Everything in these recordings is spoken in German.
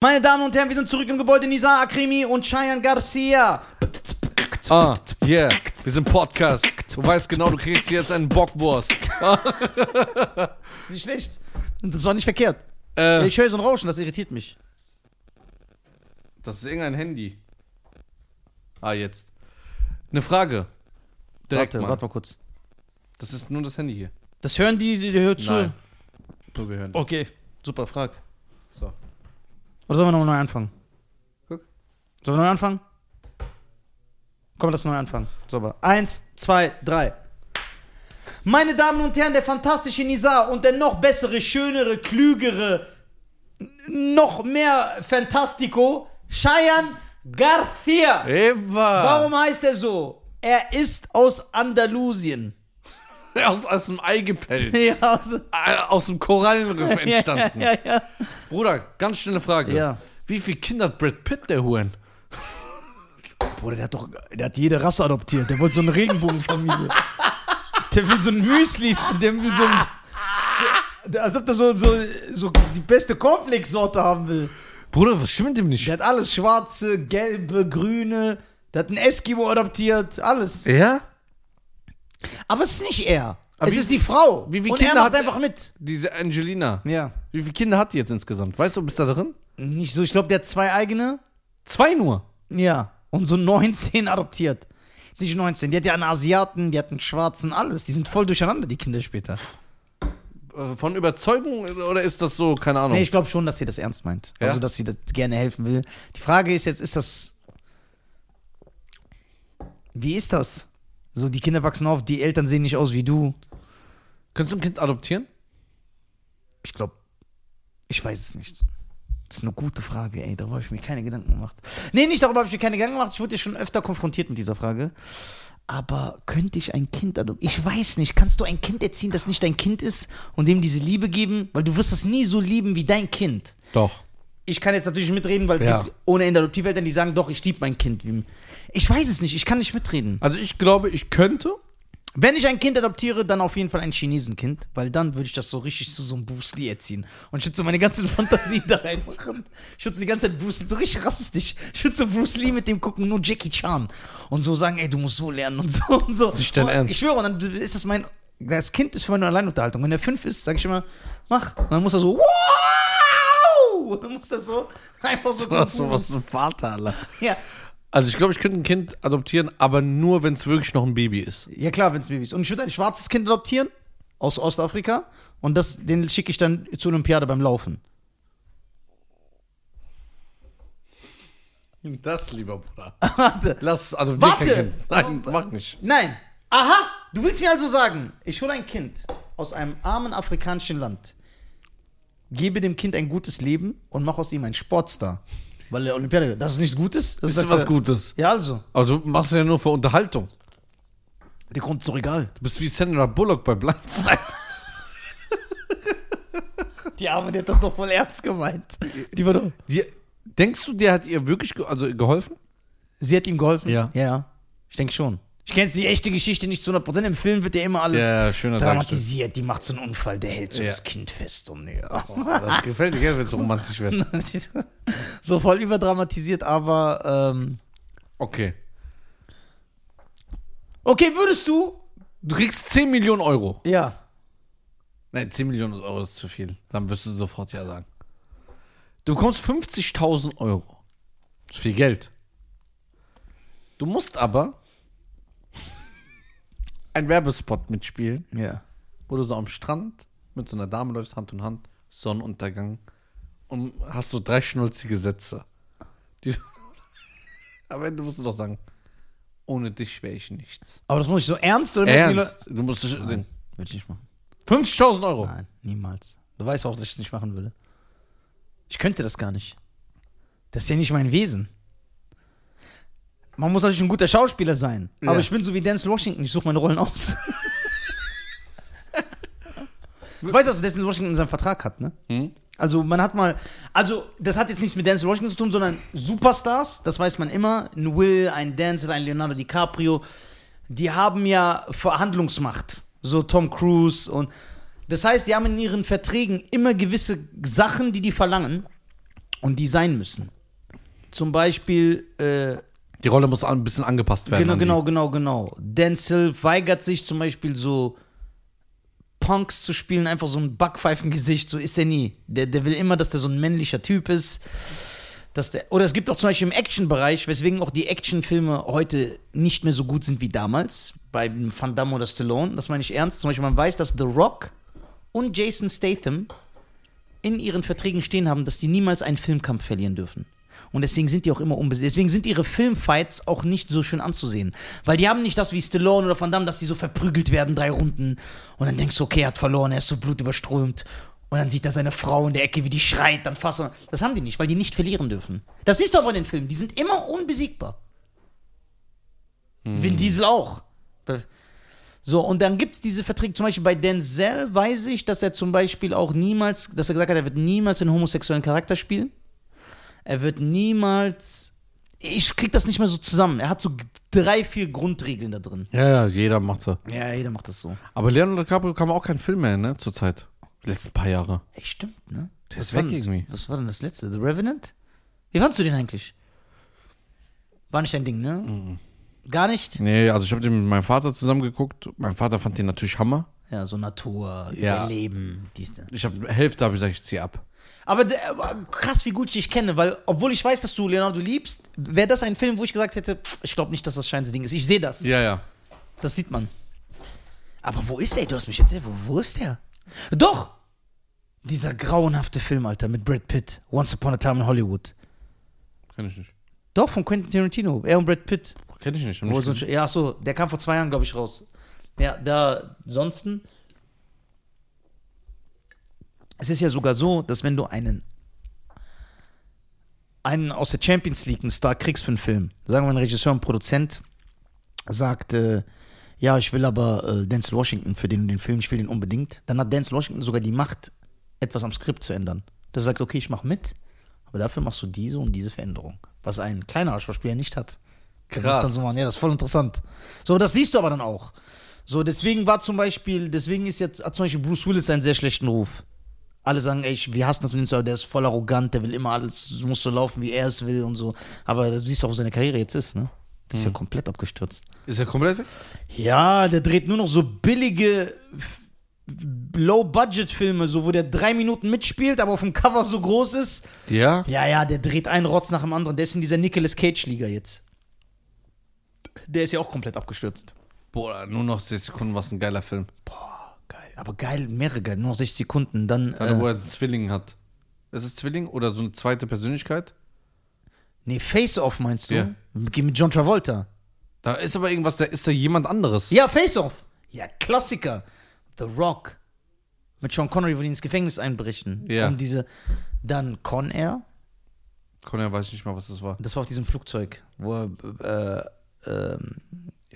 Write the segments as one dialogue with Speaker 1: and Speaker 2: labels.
Speaker 1: Meine Damen und Herren, wir sind zurück im Gebäude Nisa Akrimi und Cheyenne Garcia.
Speaker 2: Ah, yeah, wir sind Podcast. Du weißt genau, du kriegst jetzt einen Bockwurst.
Speaker 1: Ist nicht schlecht. Das war nicht verkehrt.
Speaker 2: Äh,
Speaker 1: Ich höre so ein Rauschen, das irritiert mich.
Speaker 2: das ist irgendein Handy. Ah, jetzt. Eine Frage. Direkt
Speaker 1: warte,
Speaker 2: mal.
Speaker 1: warte mal kurz.
Speaker 2: Das ist nur das Handy hier.
Speaker 1: Das hören die, die, die hört zu.
Speaker 2: Nein. Nur gehören.
Speaker 1: Okay, super Frage.
Speaker 2: So.
Speaker 1: Oder sollen wir nochmal neu anfangen?
Speaker 2: Guck.
Speaker 1: Sollen wir neu anfangen? Komm, lass neu anfangen. So, aber. Eins, zwei, drei. Meine Damen und Herren, der fantastische Nizar und der noch bessere, schönere, klügere, noch mehr Fantastico, Cheyenne Garcia.
Speaker 2: Eva!
Speaker 1: Warum heißt er so? Er ist aus Andalusien.
Speaker 2: Aus, aus dem Ei gepellt.
Speaker 1: Ja, aus,
Speaker 2: Äh, aus dem Korallenriff entstanden.
Speaker 1: ja, ja.
Speaker 2: Bruder, ganz schnelle Frage.
Speaker 1: Ja.
Speaker 2: Wie viel Kinder hat Brad Pitt, der Huren?
Speaker 1: Bruder, der hat doch, der hat jede Rasse adoptiert. Der wollte so eine Regenbogenfamilie. der will so ein Müsli, der will so ein. Der, als ob der so, so, so die beste Cornflakes-Sorte haben will.
Speaker 2: Bruder, was stimmt mit dem nicht?
Speaker 1: Der hat alles schwarze, gelbe, grüne. Der hat einen Eskimo adoptiert, alles.
Speaker 2: Ja?
Speaker 1: Aber es ist nicht er.
Speaker 2: Aber
Speaker 1: es
Speaker 2: wie-
Speaker 1: ist die Frau.
Speaker 2: wie viele
Speaker 1: Und er
Speaker 2: Kinder
Speaker 1: macht
Speaker 2: hat er-
Speaker 1: einfach mit.
Speaker 2: Diese Angelina.
Speaker 1: Ja.
Speaker 2: Wie viele Kinder hat die jetzt insgesamt? Weißt du, bist du da drin?
Speaker 1: Nicht so, ich glaube, der hat zwei eigene.
Speaker 2: Zwei nur.
Speaker 1: Ja. Und so 19 adoptiert. Ist nicht 19. Die hat ja einen Asiaten, die hat einen Schwarzen, alles. Die sind voll durcheinander, die Kinder später.
Speaker 2: Äh, Von Überzeugung oder ist das so, keine Ahnung?
Speaker 1: Nee, ich glaube schon, dass sie das ernst meint.
Speaker 2: Ja?
Speaker 1: Also, dass sie das gerne helfen will. Die Frage ist jetzt, ist das. Wie ist das? So, die Kinder wachsen auf, die Eltern sehen nicht aus wie du.
Speaker 2: Könntest du ein Kind adoptieren?
Speaker 1: Ich glaube, ich weiß es nicht. Das ist eine gute Frage, ey. Darüber habe ich mir keine Gedanken gemacht. Nee, nicht darüber habe ich mir keine Gedanken gemacht. Ich wurde ja schon öfter konfrontiert mit dieser Frage. Aber könnte ich ein Kind adoptieren? Ich weiß nicht. Kannst du ein Kind erziehen, das nicht dein Kind ist und dem diese Liebe geben? Weil du wirst das nie so lieben wie dein Kind.
Speaker 2: Doch.
Speaker 1: ich kann jetzt natürlich mitreden, weil es
Speaker 2: Ja.
Speaker 1: gibt ohne Ende Adoptiveltern, die sagen, doch, ich liebe mein Kind. wie- Ich weiß es nicht, ich kann nicht mitreden.
Speaker 2: Also ich glaube, ich könnte.
Speaker 1: Wenn ich ein Kind adoptiere, dann auf jeden Fall ein Chinesenkind, weil dann würde ich das so richtig zu so einem Bruce Lee erziehen. Und ich würde so meine ganzen Fantasien da reinmachen. Ich würde so die ganze Zeit Bruce Lee, so richtig rassistisch. Ich würde so Bruce Lee mit dem gucken, nur Jackie Chan. Und so sagen, ey, du musst so lernen und so und so.
Speaker 2: ist nicht dein
Speaker 1: Und
Speaker 2: Ernst.
Speaker 1: Ich schwöre, und dann ist das mein, das Kind ist für meine Alleinunterhaltung. Wenn er fünf ist, sage ich immer, mach. Und dann muss er so, wow! Und dann muss er so, einfach so
Speaker 2: ein Vater, Alter.
Speaker 1: Ja.
Speaker 2: Also ich glaube, ich könnte ein Kind adoptieren, aber nur, wenn es wirklich noch ein Baby ist.
Speaker 1: ja, klar, wenn es Babys. Und ich würde ein schwarzes Kind adoptieren aus Ostafrika und das, den schicke ich dann zur Olympiade beim Laufen.
Speaker 2: Das, lieber Bruder.
Speaker 1: Warte.
Speaker 2: Lass adoptieren.
Speaker 1: Warte!
Speaker 2: kein Kind. Nein, mach nicht.
Speaker 1: Nein. Aha, du willst mir also sagen, ich hole ein Kind aus einem armen afrikanischen Land, gebe dem Kind ein gutes Leben und mache aus ihm einen Sportstar. Weil der Olympiade, das ist nichts Gutes. Das
Speaker 2: Das ist was Gutes.
Speaker 1: Ja, also.
Speaker 2: Aber du machst es ja nur für Unterhaltung.
Speaker 1: Der Grund ist doch egal.
Speaker 2: Du bist wie Sandra Bullock bei Blindside.
Speaker 1: Die Arme, die hat das doch voll ernst gemeint. Die war doch.
Speaker 2: Die, denkst du, der hat ihr wirklich ge also geholfen?
Speaker 1: Sie hat ihm geholfen?
Speaker 2: Ja.
Speaker 1: Ja, ja. Ich denke schon. Ich kenne die echte Geschichte nicht zu 100%. Im Film wird ja immer alles
Speaker 2: Ja, ja, schöner
Speaker 1: dramatisiert. Die macht so einen Unfall, der hält so
Speaker 2: Ja. Oh,
Speaker 1: das Kind fest. Und ja.
Speaker 2: Das gefällt dir, wenn es romantisch wird.
Speaker 1: so voll überdramatisiert, aber. Ähm,
Speaker 2: Okay.
Speaker 1: okay, würdest du?
Speaker 2: Du kriegst 10 Millionen Euro.
Speaker 1: Ja.
Speaker 2: Nein, 10 Millionen Euro ist zu viel. Dann wirst du sofort ja sagen. Du bekommst 50.000 Euro. Das ist viel Geld. Du musst aber einen Werbespot mitspielen,
Speaker 1: Ja.
Speaker 2: wo du so am Strand mit so einer Dame läufst, Hand in Hand, Sonnenuntergang und hast so drei schnulzige Sätze. Die Am Ende musst du doch sagen, ohne dich wäre ich nichts.
Speaker 1: Aber das muss ich so ernst oder merken die
Speaker 2: Ernst, du musst dich-
Speaker 1: Leute- Nein, würde ich nicht machen.
Speaker 2: 50.000 Euro.
Speaker 1: Nein, niemals. Du weißt auch, dass ich es nicht machen würde. Ich könnte das gar nicht. Das ist ja nicht mein Wesen. Man muss natürlich ein guter Schauspieler sein.
Speaker 2: Ja.
Speaker 1: Aber ich bin so wie Denzel Washington. Ich suche meine Rollen aus. du weißt, dass Denzel Washington seinen Vertrag hat, ne?
Speaker 2: Hm?
Speaker 1: Also man hat mal, also das hat jetzt nichts mit Denzel Washington zu tun, sondern Superstars, das weiß man immer, ein Will, ein Denzel, ein Leonardo DiCaprio, die haben ja Verhandlungsmacht, so Tom Cruise und das heißt, die haben in ihren Verträgen immer gewisse Sachen, die die verlangen und die sein müssen. Zum Beispiel, äh,
Speaker 2: Die Rolle muss ein bisschen angepasst werden.
Speaker 1: genau,
Speaker 2: an die-
Speaker 1: genau, genau, genau. Denzel weigert sich zum Beispiel so Punks zu spielen, einfach so ein Backpfeifengesicht, so ist er nie. Der, der will immer, dass der so ein männlicher Typ ist. Dass der, oder es gibt auch zum Beispiel im Action-Bereich, weswegen auch die Actionfilme heute nicht mehr so gut sind wie damals, bei Van Damme oder Stallone, das meine ich ernst. Zum Beispiel, man weiß, dass The Rock und Jason Statham in ihren Verträgen stehen haben, dass die niemals einen Filmkampf verlieren dürfen. Und deswegen sind die auch immer unbesiegt. Deswegen sind ihre Filmfights auch nicht so schön anzusehen. Weil die haben nicht das wie Stallone oder Van Damme, dass die so verprügelt werden, drei Runden. Und dann denkst du, okay, er hat verloren, er ist so blutüberströmt. Und dann sieht er seine Frau in der Ecke, wie die schreit, dann fasst er. Das haben die nicht, weil die nicht verlieren dürfen. Das siehst du aber in den Filmen. Die sind immer unbesiegbar. Vin Diesel auch. So, und dann gibt es diese Verträge, zum Beispiel bei Denzel weiß ich, dass er zum Beispiel auch niemals, dass er gesagt hat, er wird niemals einen homosexuellen Charakter spielen. Er wird niemals. Ich krieg das nicht mehr so zusammen. Er hat so drei, vier Grundregeln da drin.
Speaker 2: Ja, ja, jeder macht so.
Speaker 1: Ja, jeder macht das so.
Speaker 2: Aber Leonardo DiCaprio kam auch keinen Film mehr, ne, zurzeit. Die letzten paar Jahre.
Speaker 1: Ey, stimmt, ne?
Speaker 2: Der ist
Speaker 1: war
Speaker 2: weg
Speaker 1: denn das-
Speaker 2: irgendwie.
Speaker 1: Was war denn das letzte? The Revenant? Wie fandst du den eigentlich? War nicht dein Ding, ne? Gar nicht?
Speaker 2: Nee, also ich habe den mit meinem Vater zusammen geguckt. Mein Vater fand den natürlich Hammer.
Speaker 1: Ja, so Natur,
Speaker 2: Ja.
Speaker 1: Überleben, dies, das.
Speaker 2: Ich habe Hälfte habe ich gesagt, ich zieh ab.
Speaker 1: Aber der- aber krass, wie gut ich dich kenne, weil, obwohl ich weiß, dass du Leonardo liebst, wäre das ein Film, wo ich gesagt hätte, pff, ich glaube nicht, dass das Scheins Ding ist. Ich sehe das.
Speaker 2: Ja, ja.
Speaker 1: Das sieht man. Aber wo ist der? Du hast mich jetzt. Wo, wo ist der? Doch! Dieser grauenhafte Film, Alter, mit Brad Pitt. Once Upon a Time in Hollywood.
Speaker 2: Kenn ich nicht.
Speaker 1: Doch, von Quentin Tarantino. Er und Brad Pitt.
Speaker 2: Kenn ich nicht. Hab
Speaker 1: Wo
Speaker 2: nicht
Speaker 1: so ein, ja, ach so, der kam vor zwei Jahren, glaube ich, raus. Ja, da, sonst. Es ist ja sogar so, dass wenn du einen einen aus der Champions League, einen Star kriegst für einen Film, sagen wir ein Regisseur und Produzent sagt, äh, ja, ich will aber äh, Denzel Washington für den, und den Film, ich will den unbedingt, dann hat Denzel Washington sogar die Macht, etwas am Skript zu ändern. Das sagt, okay, ich mache mit, aber dafür machst du diese und diese Veränderung, was ein kleiner Arschballspieler nicht hat. Der muss
Speaker 2: Krass.
Speaker 1: Dann so machen. Ja, das ist voll interessant. So, das siehst du aber dann auch. So, deswegen war zum Beispiel, deswegen ist jetzt hat zum Beispiel Bruce Willis einen sehr schlechten Ruf. Alle sagen, ey, ich- wir hassen das mit ihm, zu, aber der ist voll arrogant, der will immer alles, muss so laufen, wie er es will und so. Aber du siehst auch, wo seine Karriere jetzt ist, ne? Das ist ja komplett abgestürzt.
Speaker 2: Ist er komplett weg?
Speaker 1: Ja, der dreht nur noch so billige f- Low-Budget-Filme, so wo der drei Minuten mitspielt, aber auf dem Cover so groß ist.
Speaker 2: Ja.
Speaker 1: Ja, ja, der dreht einen Rotz nach dem anderen. Der ist in dieser Nicolas Cage-Liga jetzt. Der ist ja auch komplett abgestürzt.
Speaker 2: Boah, nur noch 10 Sekunden, was ein geiler Film.
Speaker 1: Geil, aber geil, mehrere geil, nur noch 60 Sekunden. Dann,
Speaker 2: Dann, Also, wo
Speaker 1: äh,
Speaker 2: er einen Zwilling hat. Ist es Zwilling oder so eine zweite Persönlichkeit?
Speaker 1: nee, Face-Off meinst du?
Speaker 2: Ja.
Speaker 1: Mit mit John Travolta.
Speaker 2: Da ist aber irgendwas, da ist da jemand anderes.
Speaker 1: Ja, Face-Off. Ja, Klassiker. The Rock. Mit Sean Connery, wo die ins Gefängnis einbrechen.
Speaker 2: Ja.
Speaker 1: Um diese, dann Con Air.
Speaker 2: Conor weiß nicht mal, was das war.
Speaker 1: Das war auf diesem Flugzeug, wo er, äh, ähm,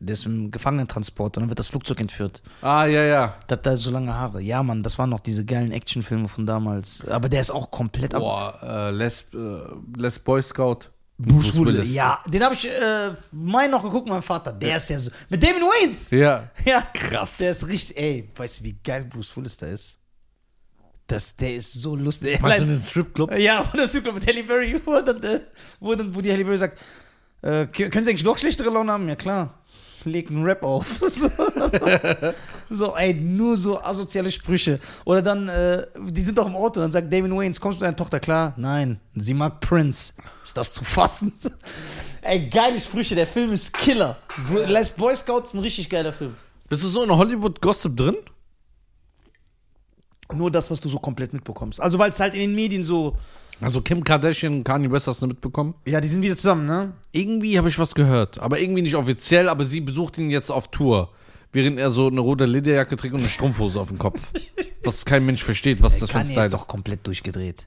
Speaker 1: der ist im Gefangenentransport und dann wird das Flugzeug entführt.
Speaker 2: Ah, ja, ja.
Speaker 1: Der hat da so lange Haare. Ja, Mann, das waren noch diese geilen Actionfilme von damals. Aber der ist auch komplett ab.
Speaker 2: Boah, äh, Les, äh, Les Boy Scout.
Speaker 1: Bruce, Willis. Ja, den habe ich äh, mein noch geguckt, mein Vater. Der ist ja so. Mit Damon Wayans!
Speaker 2: Ja.
Speaker 1: Ja,
Speaker 2: Krass.
Speaker 1: Der ist richtig. Ey, weißt du, wie geil Bruce Willis da ist? Das, der ist so lustig.
Speaker 2: Meinst du
Speaker 1: Allein-
Speaker 2: einen Stripclub?
Speaker 1: Äh, Ja, wo der Zyklop mit Halle Berry, wo, dann, äh, wo, dann, wo die Halle Berry sagt, äh, k- können Sie eigentlich noch schlechtere Laune haben? Ja klar, leg einen Rap auf. so, so, ey, nur so asoziale Sprüche. Oder dann, äh, die sind doch im Auto, dann sagt Damon Wayans, kommst du mit deiner Tochter klar? Nein, sie mag Prince. Ist das zu fassen? ey, geile Sprüche, der Film ist Killer. Br- Last Boy Scouts, ein richtig geiler Film.
Speaker 2: Bist du so in Hollywood-Gossip drin?
Speaker 1: Nur das, was du so komplett mitbekommst. Also, weil es halt in den Medien so,
Speaker 2: Also Kim Kardashian und Kanye West hast du mitbekommen?
Speaker 1: ja, die sind wieder zusammen, ne?
Speaker 2: Irgendwie habe ich was gehört, aber irgendwie nicht offiziell, aber sie besucht ihn jetzt auf Tour, während er so eine rote Lederjacke trägt und eine Strumpfhose auf dem Kopf. Was kein Mensch versteht, was das für ein
Speaker 1: Kanye
Speaker 2: Style
Speaker 1: ist
Speaker 2: ist.
Speaker 1: doch komplett durchgedreht.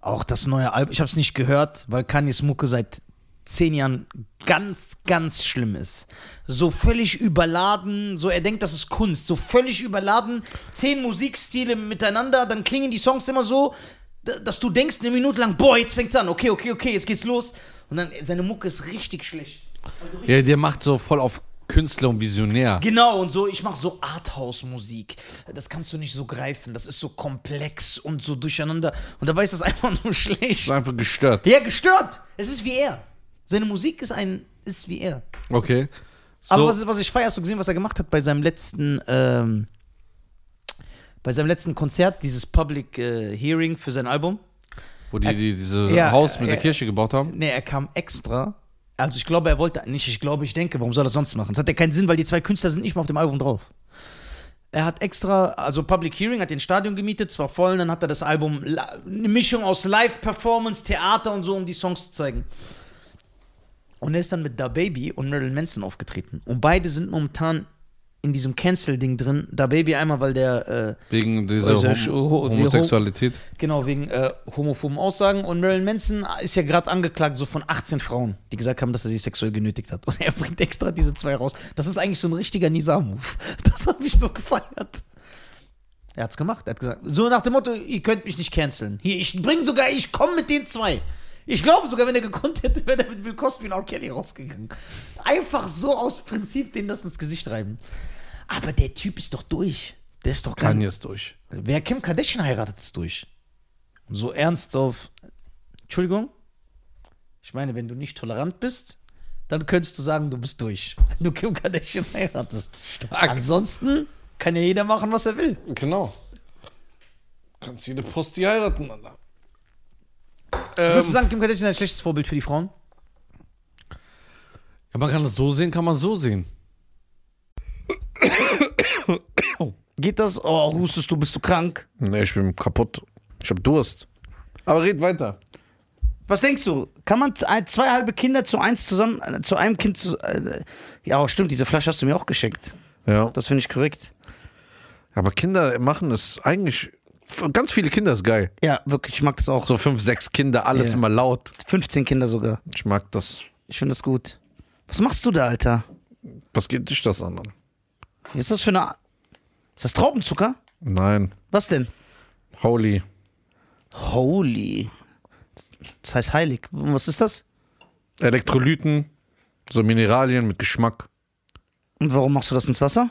Speaker 1: Auch das neue Album, ich habe es nicht gehört, weil Kanyes Mucke seit zehn Jahren ganz, ganz schlimm ist. So völlig überladen, so er denkt, das ist Kunst, so völlig überladen, zehn Musikstile miteinander, dann klingen die Songs immer so, d- dass du denkst eine Minute lang, boah, jetzt fängt's an, okay, okay, okay, jetzt geht's los. Und dann, seine Mucke ist richtig schlecht.
Speaker 2: Ja, der macht so voll auf Künstler und Visionär.
Speaker 1: Genau, und so, ich mache so Arthouse-Musik. Das kannst du nicht so greifen. Das ist so komplex und so durcheinander. Und dabei ist das einfach nur schlecht.
Speaker 2: Ist einfach gestört.
Speaker 1: Ja, gestört. Es ist wie er. Seine Musik ist ein, ist wie er.
Speaker 2: Okay.
Speaker 1: Aber
Speaker 2: So,
Speaker 1: was, was ich feier, hast du gesehen, was er gemacht hat bei seinem letzten, ähm, bei seinem letzten Konzert, dieses Public äh, Hearing für sein Album?
Speaker 2: wo die, die diese
Speaker 1: Ja,
Speaker 2: Haus mit
Speaker 1: ja.
Speaker 2: der Kirche gebaut haben.
Speaker 1: Nee, er kam extra. Also ich glaube, er wollte nicht, ich glaube, ich denke, warum soll er sonst machen? Es hat ja keinen Sinn, weil die zwei Künstler sind nicht mal auf dem Album drauf. Er hat extra, also Public Hearing, hat den Stadion gemietet, zwar voll, dann hat er das Album, la- eine Mischung aus Live-Performance, Theater und so, um die Songs zu zeigen. Und er ist dann mit Da Baby und Marilyn Manson aufgetreten. Und beide sind momentan in diesem Cancel-Ding drin. Da Baby einmal, weil der äh,
Speaker 2: Wegen dieser
Speaker 1: Also, ho-
Speaker 2: Hom
Speaker 1: ho-
Speaker 2: Homosexualität.
Speaker 1: Genau, wegen äh, homophoben Aussagen. Und Marilyn Manson ist ja gerade angeklagt, so von 18 Frauen, die gesagt haben, dass er sie sexuell genötigt hat. Und er bringt extra diese zwei raus. Das ist eigentlich so ein richtiger Nizar-Move. Das hat mich so gefeiert. Er hat's gemacht. Er hat gesagt, so nach dem Motto, ihr könnt mich nicht canceln. Hier, ich bring sogar, ich komme mit den zwei. Ich glaube sogar, wenn er gekonnt hätte, wäre er mit Bill Cosby und R. Kelly rausgegangen. Einfach so aus Prinzip denen das ins Gesicht reiben. Aber der Typ ist doch durch. Der ist doch gar
Speaker 2: Kanye ist durch.
Speaker 1: Wer Kim Kardashian heiratet, ist durch. Und so ernst auf. Entschuldigung? Ich meine, wenn du nicht tolerant bist, dann könntest du sagen, du bist durch. Wenn du Kim Kardashian heiratest. Ansonsten kann ja jeder machen, was er will.
Speaker 2: Genau. Kannst jede Post die heiraten, Ähm. Alter.
Speaker 1: Würdest du sagen, Kim Kardashian ist ein schlechtes Vorbild für die Frauen?
Speaker 2: Ja, man kann das so sehen, kann man so sehen.
Speaker 1: Geht das? Oh, hustest du, bist du krank?
Speaker 2: Nee, ich bin kaputt. Ich hab Durst. Aber red weiter.
Speaker 1: Was denkst du? Kann man z- ein- zwei halbe Kinder zu eins zusammen, äh, zu einem Kind zu. Äh, ja, stimmt, diese Flasche hast du mir auch geschenkt.
Speaker 2: Ja.
Speaker 1: Das finde ich korrekt.
Speaker 2: Aber Kinder machen es eigentlich. Ganz viele Kinder ist geil.
Speaker 1: Ja, wirklich, ich mag das auch.
Speaker 2: So fünf, sechs Kinder, alles
Speaker 1: Ja.
Speaker 2: immer laut.
Speaker 1: 15 Kinder sogar.
Speaker 2: Ich mag das.
Speaker 1: Ich finde das gut. Was machst du da, Alter?
Speaker 2: Was geht dich das an?
Speaker 1: Was ist das für eine. Ist das Traubenzucker?
Speaker 2: Nein.
Speaker 1: Was denn?
Speaker 2: Holy.
Speaker 1: Holy. Das heißt heilig. Und was ist das?
Speaker 2: Elektrolyten, so Mineralien mit Geschmack.
Speaker 1: Und warum machst du das ins Wasser?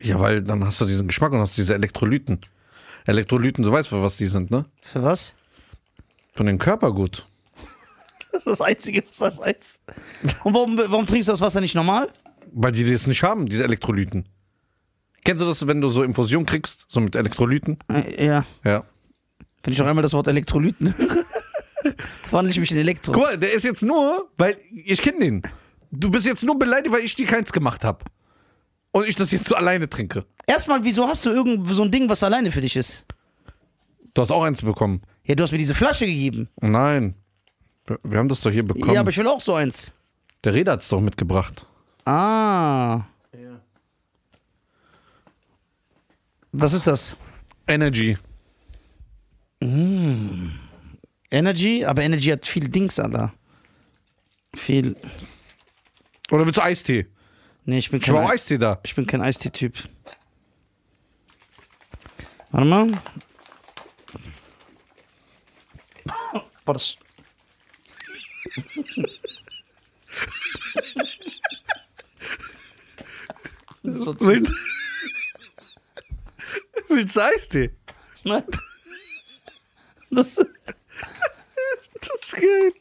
Speaker 2: Ja, weil dann hast du diesen Geschmack und hast diese Elektrolyten. Elektrolyten, du weißt, für was die sind, ne?
Speaker 1: Für was?
Speaker 2: Von den Körper gut.
Speaker 1: Das ist das Einzige, was er weiß. Und warum, warum trinkst du das Wasser nicht normal?
Speaker 2: Weil die das nicht haben, diese Elektrolyten. Kennst du das, wenn du so Infusion kriegst, so mit Elektrolyten?
Speaker 1: Äh, Ja.
Speaker 2: Ja.
Speaker 1: Wenn ich noch einmal das Wort Elektrolyten höre, wandle ich mich in Elektro.
Speaker 2: Guck mal, der ist jetzt nur, weil ich kenne den. Du bist jetzt nur beleidigt, weil ich dir keins gemacht habe. Und ich das jetzt so alleine trinke.
Speaker 1: Erstmal, wieso hast du irgend so ein Ding, was alleine für dich ist?
Speaker 2: Du hast auch eins bekommen.
Speaker 1: Ja, du hast mir diese Flasche gegeben.
Speaker 2: Nein. Wir- Wir haben das doch hier bekommen.
Speaker 1: Ja, aber ich will auch so eins.
Speaker 2: der Reda hat es doch mitgebracht.
Speaker 1: Ah. Was ist das?
Speaker 2: Energy.
Speaker 1: Energy, aber Energy hat viel Dings, Alter. Viel.
Speaker 2: Oder willst du Eistee?
Speaker 1: Nee, ich bin
Speaker 2: Ich
Speaker 1: kein,
Speaker 2: habe auch
Speaker 1: Ei-
Speaker 2: Eistee da.
Speaker 1: ich bin kein Eistee-Typ. Warte mal. Boah, das. das war zu.
Speaker 2: Willst, willst du Eistee?
Speaker 1: Nein. Das.
Speaker 2: Das ist geil.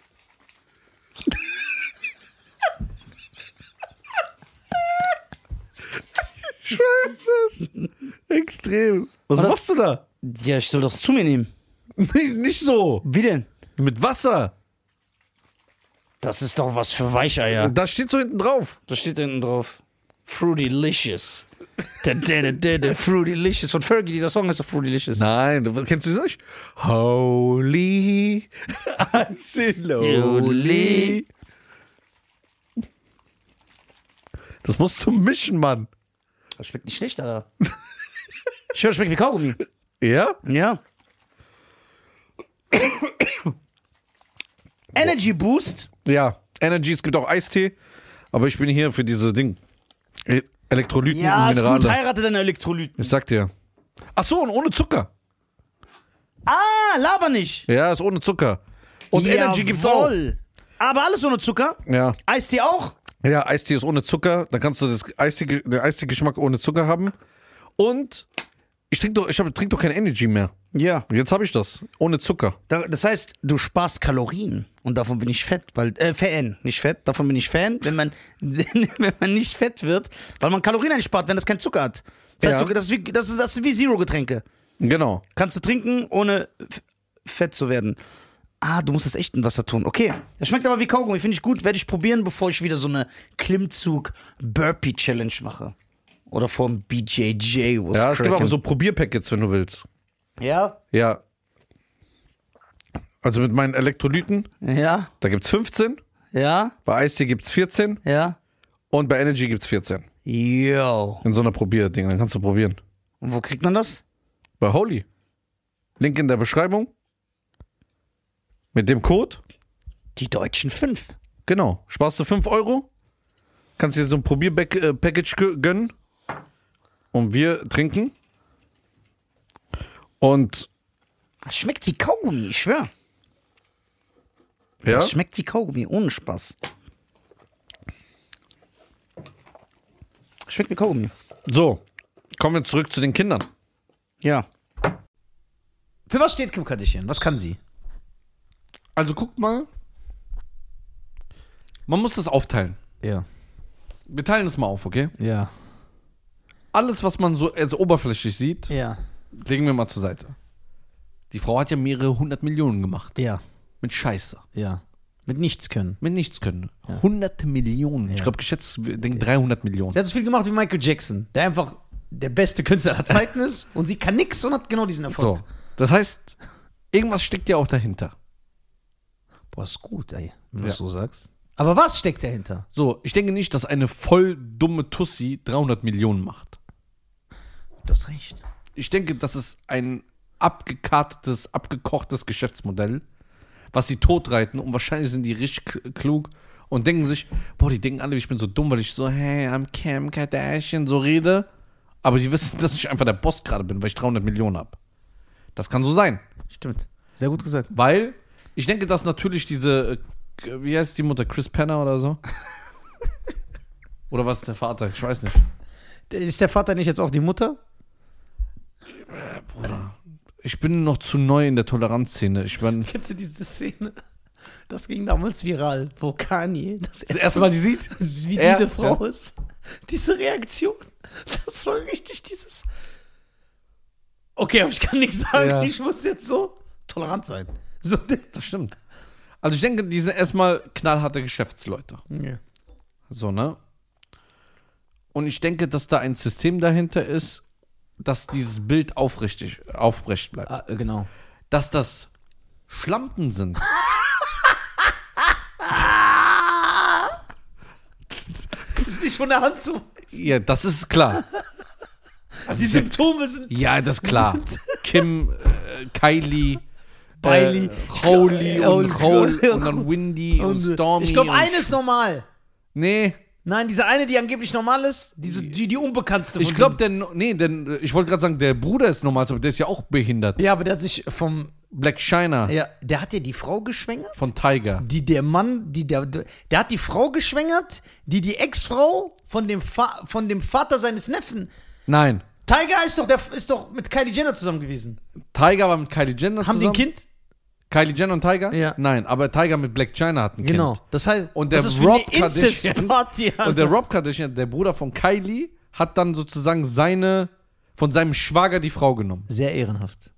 Speaker 2: Ich weiß das. Extrem. Was
Speaker 1: das-
Speaker 2: machst du da?
Speaker 1: Ja, ich soll doch zu mir nehmen.
Speaker 2: Nicht, nicht so.
Speaker 1: Wie denn?
Speaker 2: Mit Wasser.
Speaker 1: Das ist doch was für Weicheier.
Speaker 2: Da steht so hinten drauf.
Speaker 1: Da steht hinten drauf. Fruitylicious. Da, da, da, da, da, Fruitylicious. Von Fergie, dieser Song heißt doch Fruitylicious.
Speaker 2: Nein, du- kennst du das nicht? Holy Asiloli. Das musst du mischen, Mann.
Speaker 1: Das schmeckt nicht schlecht, Alter. Ich höre, das schmeckt wie Kaugummi.
Speaker 2: Ja?
Speaker 1: Ja. Energy Boost.
Speaker 2: Ja. Energy, es gibt auch Eistee. Aber ich bin hier für diese Ding. E- Elektrolyten
Speaker 1: Ja,
Speaker 2: und
Speaker 1: ist gut,
Speaker 2: Minerale.
Speaker 1: heirate deine Elektrolyten.
Speaker 2: Ich sag dir. Ach so, und ohne Zucker.
Speaker 1: Ah, laber nicht.
Speaker 2: Ja, ist ohne Zucker. Und Energy gibt's auch.
Speaker 1: Jawohl. Aber alles ohne Zucker.
Speaker 2: Ja.
Speaker 1: Eistee auch.
Speaker 2: Ja, Eistee ist ohne Zucker. Dann kannst du das Eistee, den Eistee-Geschmack ohne Zucker haben. Und ich trinke doch, ich hab- trink doch kein Energy mehr.
Speaker 1: Ja.
Speaker 2: Jetzt habe ich das. Ohne Zucker.
Speaker 1: Da- Das heißt, du sparst Kalorien und davon bin ich fett, weil äh, Fan, nicht fett, davon bin ich Fan, wenn man wenn man nicht fett wird, weil man Kalorien einspart, wenn das kein Zucker hat. Das heißt,
Speaker 2: Ja.
Speaker 1: du, das, ist wie, das, ist, das ist wie Zero Getränke.
Speaker 2: Genau.
Speaker 1: Kannst du trinken, ohne f- fett zu werden. Ah, du musst das echt in Wasser tun. Okay. Das schmeckt aber wie Kaugummi. Finde ich gut. Werde ich probieren, bevor ich wieder so eine Klimmzug-Burpee-Challenge mache. Oder vom BJJ. was
Speaker 2: Ja, es gibt
Speaker 1: cracking.
Speaker 2: aber so Probierpackets, wenn du willst.
Speaker 1: Ja?
Speaker 2: Ja. Also mit meinen Elektrolyten,
Speaker 1: Ja?
Speaker 2: da gibt's 15.
Speaker 1: Ja?
Speaker 2: Bei Eistee gibt's 14.
Speaker 1: Ja?
Speaker 2: Und bei Energy gibt's 14.
Speaker 1: Yo.
Speaker 2: In so einer Probierding. Dann kannst du probieren.
Speaker 1: Und wo kriegt man das?
Speaker 2: Bei Holy. Link in der Beschreibung. Mit dem Code.
Speaker 1: Die deutschen fünf.
Speaker 2: Genau. Sparst du 5 Euro. Kannst dir so ein Probierpackage gönnen. Und wir trinken. Und
Speaker 1: Das schmeckt wie Kaugummi, ich schwör.
Speaker 2: ja,
Speaker 1: Das schmeckt wie Kaugummi, ohne Spaß. Schmeckt wie Kaugummi.
Speaker 2: so. Kommen wir zurück zu den Kindern.
Speaker 1: Ja. Für was steht Kim Kardashian? Was kann sie?
Speaker 2: Also guck mal. Man muss das aufteilen.
Speaker 1: Ja.
Speaker 2: Wir teilen es mal auf, okay?
Speaker 1: Ja.
Speaker 2: Alles, was man so als oberflächlich sieht,
Speaker 1: Ja.
Speaker 2: legen wir mal zur Seite. Die Frau hat ja mehrere hundert Millionen gemacht.
Speaker 1: Ja.
Speaker 2: Mit Scheiße.
Speaker 1: Ja. Mit nichts können.
Speaker 2: Mit nichts können. Hunderte Millionen. Ich glaube, geschätzt, wir denken 300 Millionen.
Speaker 1: Sie hat so viel gemacht wie Michael Jackson, der einfach der beste Künstler der Zeiten ist und sie kann nix und hat genau diesen Erfolg.
Speaker 2: So. Das heißt, irgendwas steckt ja auch dahinter.
Speaker 1: Boah, ist gut, ey, wenn
Speaker 2: Ja.
Speaker 1: so sagst. Aber was steckt dahinter?
Speaker 2: So, ich denke nicht, dass eine voll dumme Tussi 300 Millionen macht.
Speaker 1: Du hast recht.
Speaker 2: Ich denke, das ist ein abgekartetes, abgekochtes Geschäftsmodell, was sie totreiten und wahrscheinlich sind die richtig k- klug und denken sich, boah, die denken alle, ich bin so dumm, weil ich so, hey, I'm Kim Kardashian, so rede. Aber die wissen, dass ich einfach der Boss gerade bin, weil ich 300 Millionen habe. Das kann so sein.
Speaker 1: Stimmt. Sehr gut gesagt.
Speaker 2: Weil ich denke, dass natürlich diese, äh, wie heißt die Mutter, Chris Penner oder so? oder was ist der Vater? Ich weiß nicht.
Speaker 1: Ist der Vater nicht jetzt auch die Mutter?
Speaker 2: Ich bin noch zu neu in der Toleranzszene. Ich bin
Speaker 1: Kennst du diese Szene? Das ging damals viral, wo Kanye das
Speaker 2: erste Mal die sieht.
Speaker 1: wie die
Speaker 2: Ja,
Speaker 1: eine Frau ist. Diese Reaktion, das war richtig dieses. Okay, aber ich kann nichts sagen,
Speaker 2: Ja.
Speaker 1: ich muss jetzt so tolerant sein. So,
Speaker 2: Das stimmt. Also ich denke, die sind erstmal knallharte Geschäftsleute. So, ne? Und ich denke, dass da ein System dahinter ist, dass dieses Bild aufrichtig, aufrecht bleibt.
Speaker 1: Ah, äh, genau.
Speaker 2: Dass das Schlampen sind.
Speaker 1: Ist nicht von der Hand zu.
Speaker 2: ja, das ist klar.
Speaker 1: Die Symptome sind.
Speaker 2: Ja, das ist klar. Kim, äh, Kylie,
Speaker 1: Kylie.
Speaker 2: äh, Holy
Speaker 1: Ja,
Speaker 2: und
Speaker 1: und-
Speaker 2: Cole und dann Windy und, Stormy.
Speaker 1: äh, ich glaube,
Speaker 2: und-
Speaker 1: eine ist normal.
Speaker 2: Nee,
Speaker 1: Nein, diese eine, die angeblich normal ist, diese, die, die unbekanntste.
Speaker 2: ich
Speaker 1: von
Speaker 2: glaube, der. Nee, denn äh, ich wollte gerade sagen, der Bruder ist normal, aber der ist ja auch behindert.
Speaker 1: denen. Ja, aber der hat sich vom.
Speaker 2: Black China
Speaker 1: Ja, der hat ja die Frau geschwängert.
Speaker 2: von Tiger.
Speaker 1: die der Mann, die der, der hat die Frau geschwängert, die die Ex-Frau von dem, Fa von dem Vater seines Neffen.
Speaker 2: Nein.
Speaker 1: Tiger ist doch, der ist doch mit Kylie Jenner zusammen gewesen.
Speaker 2: Tiger war mit Kylie Jenner
Speaker 1: Haben die ein
Speaker 2: zusammen.
Speaker 1: Kind?
Speaker 2: Kylie Jenner und Tiger?
Speaker 1: Ja.
Speaker 2: Nein, aber Tiger mit Black China hat ein Kind.
Speaker 1: Genau. Das heißt,
Speaker 2: Und der
Speaker 1: das ist
Speaker 2: Rob
Speaker 1: für eine Incest-Party.
Speaker 2: Und
Speaker 1: Alter.
Speaker 2: der Rob Kardashian, der Bruder von Kylie, hat dann sozusagen seine. Von seinem Schwager die Frau genommen.
Speaker 1: Sehr ehrenhaft.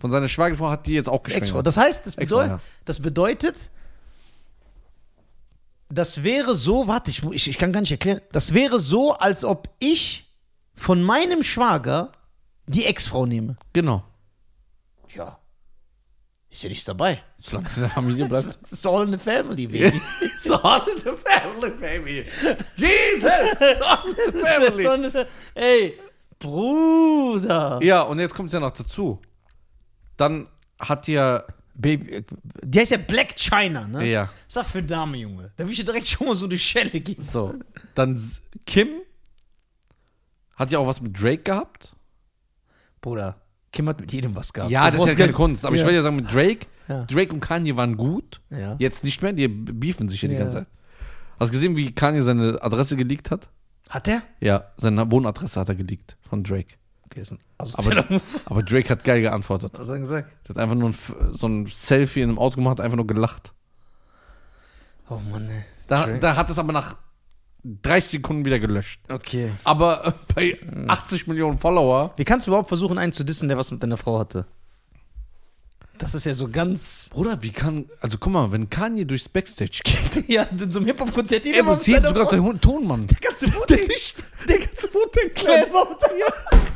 Speaker 2: Von seiner Schwagerfrau hat die jetzt auch geschenkt.
Speaker 1: Ex-Frau. Das heißt, das,
Speaker 2: Ex-Frau,
Speaker 1: bedeu
Speaker 2: ja.
Speaker 1: das bedeutet, das wäre so, warte, ich, mu- ich, ich kann gar nicht erklären, das wäre so, als ob ich von meinem Schwager die Ex-Frau nehme.
Speaker 2: Genau.
Speaker 1: Ja. Ist ja nichts dabei.
Speaker 2: Solange es in der Familie bleibt.
Speaker 1: It's all in the family, baby. It's all in the family, baby. Jesus! It's all in the family. Ey, Bruder.
Speaker 2: ja, und jetzt kommt es ja noch dazu. Dann hat ja.
Speaker 1: Baby, der heißt ja Black China, ne?
Speaker 2: Ja.
Speaker 1: Was ist das für ein Name, Junge? Da will ich ja direkt schon mal so eine Schelle geben.
Speaker 2: So. Dann s- Kim hat ja auch was mit Drake gehabt.
Speaker 1: Bruder, Kim hat mit jedem was gehabt.
Speaker 2: Ja,
Speaker 1: Du
Speaker 2: Also, das ist
Speaker 1: brauchst
Speaker 2: ja keine
Speaker 1: gar-
Speaker 2: Kunst. Aber
Speaker 1: ja.
Speaker 2: ich will ja sagen, mit Drake.
Speaker 1: Ja.
Speaker 2: Drake und Kanye waren gut.
Speaker 1: Ja.
Speaker 2: Jetzt nicht mehr. Die beefen sich ja die
Speaker 1: Ja.
Speaker 2: ganze Zeit. Hast du gesehen, wie Kanye seine Adresse geleakt hat?
Speaker 1: Hat der?
Speaker 2: Ja, seine Wohnadresse hat er geleakt von Drake.
Speaker 1: Okay, ist ein asozialer
Speaker 2: Aber,
Speaker 1: Move.
Speaker 2: aber Drake hat geil geantwortet.
Speaker 1: Was hat er gesagt?
Speaker 2: Der hat einfach nur ein, F- so ein Selfie in einem Auto gemacht, einfach nur gelacht.
Speaker 1: Oh Mann, ey.
Speaker 2: Da,
Speaker 1: Drake.
Speaker 2: da hat es aber nach 30 Sekunden wieder gelöscht.
Speaker 1: Okay.
Speaker 2: Aber äh, bei
Speaker 1: Hm.
Speaker 2: 80 Millionen Follower.
Speaker 1: Wie kannst du überhaupt versuchen, einen zu dissen, der was mit deiner Frau hatte? Das ist ja so ganz.
Speaker 2: Bruder, wie kann. Also guck mal, wenn Kanye durchs Backstage geht,
Speaker 1: Ja, in so einem Hip-Hop-Konzert, jeder
Speaker 2: er
Speaker 1: war mit
Speaker 2: bezieht
Speaker 1: seiner
Speaker 2: sogar
Speaker 1: Frau-
Speaker 2: seinen hohen Tonmann.
Speaker 1: Der ganze Mund, der Der ganze Mund, der klein war mit seiner-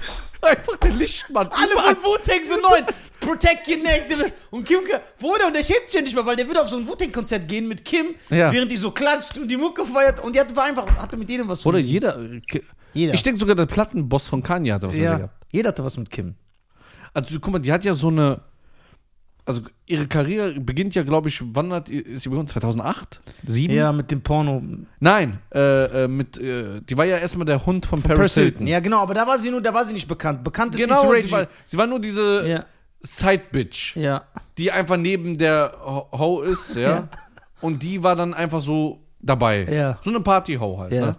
Speaker 2: Einfach der Lichtmann.
Speaker 1: Alle von Wu-Tang so neun. Protect your neck. Und Kim, Ka- Bruder, und der schämt sich ja nicht mal, weil der würde auf so ein Wu-Tang-Konzert gehen mit Kim,
Speaker 2: Ja.
Speaker 1: während die so klatscht und die Mucke feiert und die hatte war einfach, hatte mit jedem was zu
Speaker 2: Bruder,
Speaker 1: tun.
Speaker 2: jeder.
Speaker 1: Hm.
Speaker 2: äh,
Speaker 1: Jeder.
Speaker 2: Ich denke sogar, der Plattenboss von Kanye hatte was mit der
Speaker 1: ja.
Speaker 2: gehabt.
Speaker 1: Jeder hatte was mit Kim.
Speaker 2: Also guck mal, die hat ja so eine. Also ihre Karriere beginnt ja, glaube ich, wann hat ist sie begonnen? 2008? 7?
Speaker 1: Ja, mit dem Porno.
Speaker 2: Nein, äh, äh, mit, äh, die war ja erstmal der Hund von, Paris Hilton.
Speaker 1: Ja, genau, aber da war sie nur, da war sie nicht bekannt. Bekannt ist
Speaker 2: Genau,
Speaker 1: die
Speaker 2: und
Speaker 1: Rage.
Speaker 2: sie war, sie war nur diese
Speaker 1: ja.
Speaker 2: Side-Bitch,
Speaker 1: ja.
Speaker 2: die einfach neben der Ho Ho ist, ja?
Speaker 1: Ja.
Speaker 2: Und die war dann einfach so dabei.
Speaker 1: Ja.
Speaker 2: So eine Party-Ho halt,
Speaker 1: Ja.
Speaker 2: ne?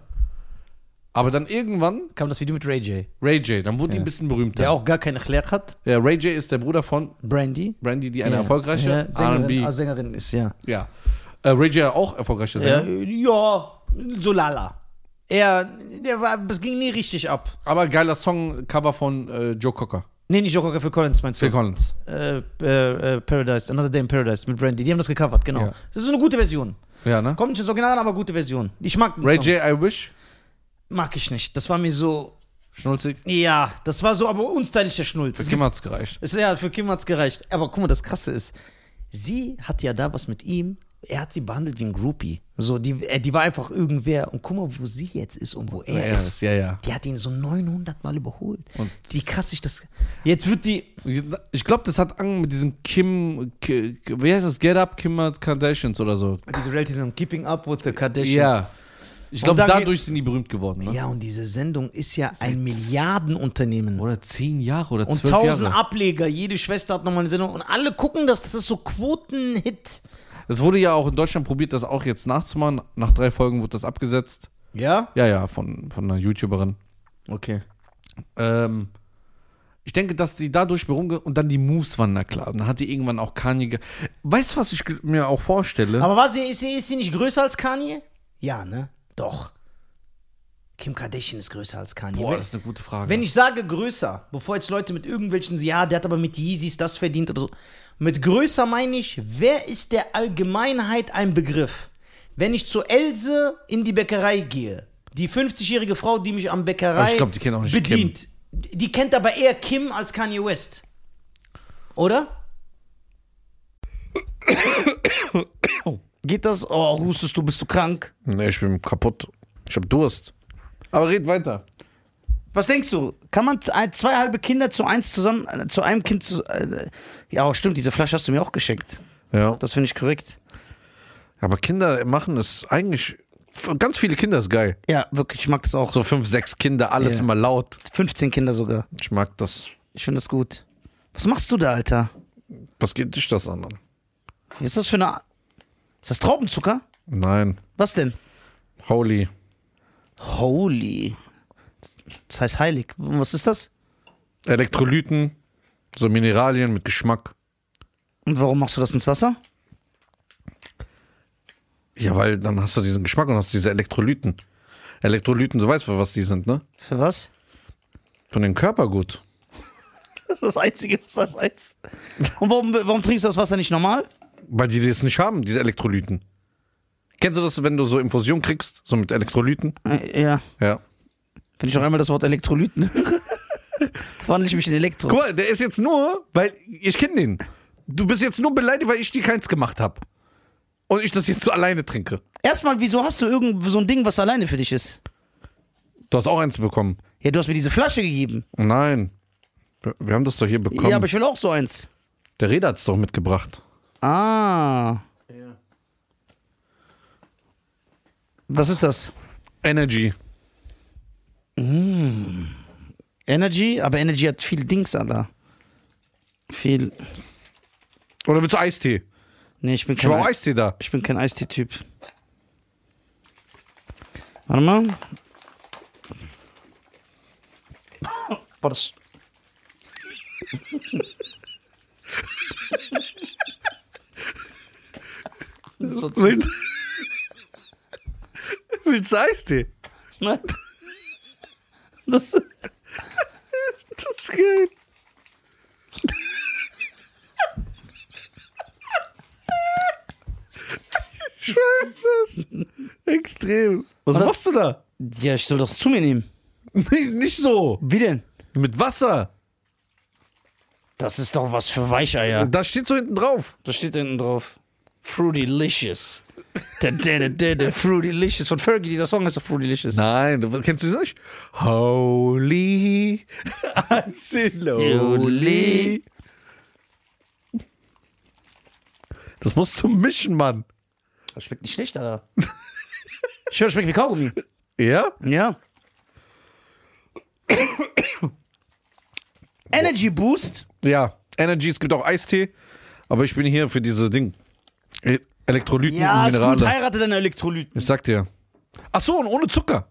Speaker 2: Aber dann irgendwann,
Speaker 1: Kam das Video mit Ray J.
Speaker 2: Ray J, dann wurde die ein bisschen berühmter.
Speaker 1: Der auch gar keine Klärung hat.
Speaker 2: Ja, Ray J ist der Bruder von
Speaker 1: Brandy.
Speaker 2: Brandy, die eine
Speaker 1: Ja.
Speaker 2: erfolgreiche
Speaker 1: ja, Sängerin,
Speaker 2: R&B.
Speaker 1: ah, Sängerin ist, ja.
Speaker 2: ja. Äh, Ray J auch erfolgreiche
Speaker 1: Ja,
Speaker 2: Sänger.
Speaker 1: ja so lala. Er, der war, es ging nie richtig ab.
Speaker 2: Aber geiler Songcover von äh, Joe Cocker.
Speaker 1: Nee, nicht Joker, Phil Collins meinst du?
Speaker 2: Phil Collins.
Speaker 1: Äh, äh, äh, Paradise, Another Day in Paradise mit Brandy. Die haben das gecovert, genau.
Speaker 2: Ja.
Speaker 1: Das ist eine gute Version.
Speaker 2: Ja, ne?
Speaker 1: Kommt nicht ins Original, aber gute Version. Ich mag den
Speaker 2: Ray
Speaker 1: Song.
Speaker 2: J, I Wish.
Speaker 1: Mag ich nicht. Das war mir so,
Speaker 2: Schnulzig.
Speaker 1: ja, das war so, aber unstylischer Schnulz.
Speaker 2: Das
Speaker 1: Es
Speaker 2: Kim hat's gereicht.
Speaker 1: Es, ja, für Kim hat's gereicht. Aber guck mal, das Krasse ist, sie hat ja da was mit ihm. Er hat sie behandelt wie ein Groupie. So, die, äh, die war einfach irgendwer. Und guck mal, wo sie jetzt ist und wo er,
Speaker 2: Ja,
Speaker 1: ist.
Speaker 2: ja, ja.
Speaker 1: Die hat ihn so 900 Mal überholt.
Speaker 2: Und-
Speaker 1: die krass sich das. Jetzt wird die.
Speaker 2: Ich glaube, das hat Ang mit diesem Kim, Ki- Ki- wie heißt das? Get Up Kim Kardashians oder so.
Speaker 1: Diese Reality sind Keeping Up with the Kardashians.
Speaker 2: Ja. Ich glaube,
Speaker 1: Und dann
Speaker 2: dadurch sind die berühmt geworden. Ne?
Speaker 1: Ja, und diese Sendung ist ja ein Milliardenunternehmen.
Speaker 2: halt Oder zehn Jahre oder
Speaker 1: Und
Speaker 2: zwölf
Speaker 1: tausend
Speaker 2: Jahre.
Speaker 1: Ableger, jede Schwester hat nochmal eine Sendung und alle gucken das, das ist so Quotenhit.
Speaker 2: Es wurde ja auch in Deutschland probiert, das auch jetzt nachzumachen. Nach drei Folgen wurde das abgesetzt.
Speaker 1: Ja?
Speaker 2: Ja, ja, von, von einer YouTuberin.
Speaker 1: Okay.
Speaker 2: Ähm, ich denke, dass die dadurch berühmt und dann die Moves waren na klar. Dann hat die irgendwann auch Kanye. Ge weißt du, was ich ge- mir auch vorstelle?
Speaker 1: Aber war sie, ist, sie, ist sie nicht größer als Kanye? Ja, ne? Doch. Kim Kardashian ist größer als Kanye.
Speaker 2: Boah,
Speaker 1: Wenn-
Speaker 2: das ist eine gute Frage.
Speaker 1: Wenn ich sage größer, bevor jetzt Leute mit irgendwelchen, ja, der hat aber mit Yeezys das verdient oder so. Mit größer meine ich, wer ist der Allgemeinheit ein Begriff? Wenn ich zu Else in die Bäckerei gehe, die 50-jährige Frau, die mich am Bäckerei
Speaker 2: Aber ich glaub, die kennt auch nicht Kim.
Speaker 1: bedient, die kennt aber eher Kim als Kanye West. Oder? Geht das? Oh, hustest du, bist du krank?
Speaker 2: nee, ich bin kaputt. Ich hab Durst. Aber red weiter.
Speaker 1: Was denkst du? Kann man z- ein- zwei halbe Kinder zu eins zusammen, äh, zu einem Kind zu. Äh, ja, stimmt, diese Flasche hast du mir auch geschenkt.
Speaker 2: Ja.
Speaker 1: Das finde ich korrekt.
Speaker 2: Aber Kinder machen es eigentlich. Ganz viele Kinder ist geil.
Speaker 1: Ja, wirklich, ich mag das auch.
Speaker 2: So fünf, sechs Kinder, alles
Speaker 1: Ja.
Speaker 2: immer laut.
Speaker 1: 15 Kinder sogar.
Speaker 2: Ich mag das.
Speaker 1: Ich finde das gut. Was machst du da, Alter?
Speaker 2: Was geht dich das an?
Speaker 1: Was ist das für eine. A- Ist das Traubenzucker?
Speaker 2: Nein.
Speaker 1: Was denn?
Speaker 2: Holy.
Speaker 1: Holy. Das heißt heilig. Und Was ist das?
Speaker 2: Elektrolyten, so Mineralien mit Geschmack.
Speaker 1: Und warum machst du das ins Wasser?
Speaker 2: Ja, weil dann hast du diesen Geschmack und hast diese Elektrolyten. Elektrolyten, du weißt, für was die sind, ne?
Speaker 1: Für was?
Speaker 2: Von dem Körper gut.
Speaker 1: Das ist das Einzige, was er weiß. Und warum, warum trinkst du das Wasser nicht normal?
Speaker 2: Weil die das nicht haben, diese Elektrolyten. Kennst du das, wenn du so Infusion kriegst, so mit Elektrolyten?
Speaker 1: Äh, Ja.
Speaker 2: Ja.
Speaker 1: Wenn ich noch einmal das Wort Elektrolyten höre, wandle ich mich in Elektro.
Speaker 2: Guck mal, der ist jetzt nur, weil ich kenne den. Du bist jetzt nur beleidigt, weil ich dir keins gemacht habe. Und ich das jetzt so alleine trinke.
Speaker 1: Erstmal, wieso hast du irgend so ein Ding, was alleine für dich ist?
Speaker 2: Du hast auch eins bekommen.
Speaker 1: Ja, du hast mir diese Flasche gegeben.
Speaker 2: Nein. Wir- Wir haben das doch hier bekommen.
Speaker 1: Ja, aber ich will auch so eins.
Speaker 2: der Reda hat es doch mitgebracht.
Speaker 1: Ah. Was ist das?
Speaker 2: Energy.
Speaker 1: Energy? Aber Energy hat viel Dings, Alter. Viel.
Speaker 2: Oder willst du Eistee?
Speaker 1: Nee, ich bin
Speaker 2: Ich habe auch
Speaker 1: kein,
Speaker 2: Eistee da.
Speaker 1: ich bin kein Eistee-Typ. Warte mal. Boah, das.
Speaker 2: Das war zu wild. Willst du Eistee?
Speaker 1: Nein. Das.
Speaker 2: Das ist geil. Ich weiß das. Extrem. Was
Speaker 1: das-
Speaker 2: machst du da?
Speaker 1: Ja, ich soll doch zu mir nehmen.
Speaker 2: Nicht, nicht so.
Speaker 1: Wie denn?
Speaker 2: Mit Wasser.
Speaker 1: Das ist doch was für Weicheier.
Speaker 2: Da steht so hinten drauf.
Speaker 1: Da steht hinten drauf. Fruitylicious. Da, da, da, da, da, Fruitylicious. Von Fergie, dieser Song heißt doch Fruitylicious.
Speaker 2: Nein, du- kennst du das nicht? Holy. Holy. Das musst du mischen, Mann.
Speaker 1: Das schmeckt nicht schlecht, Alter. Ich höre, das schmeckt wie Kaugummi.
Speaker 2: Ja?
Speaker 1: Ja. Energy Boost.
Speaker 2: Ja. Energy, es gibt auch Eistee. Aber ich bin hier für diese Ding. E- Elektrolyten
Speaker 1: Ja,
Speaker 2: und
Speaker 1: ist gut.
Speaker 2: Minerale.
Speaker 1: Heirate deine Elektrolyten.
Speaker 2: Ich sag dir. Ach so, und ohne Zucker.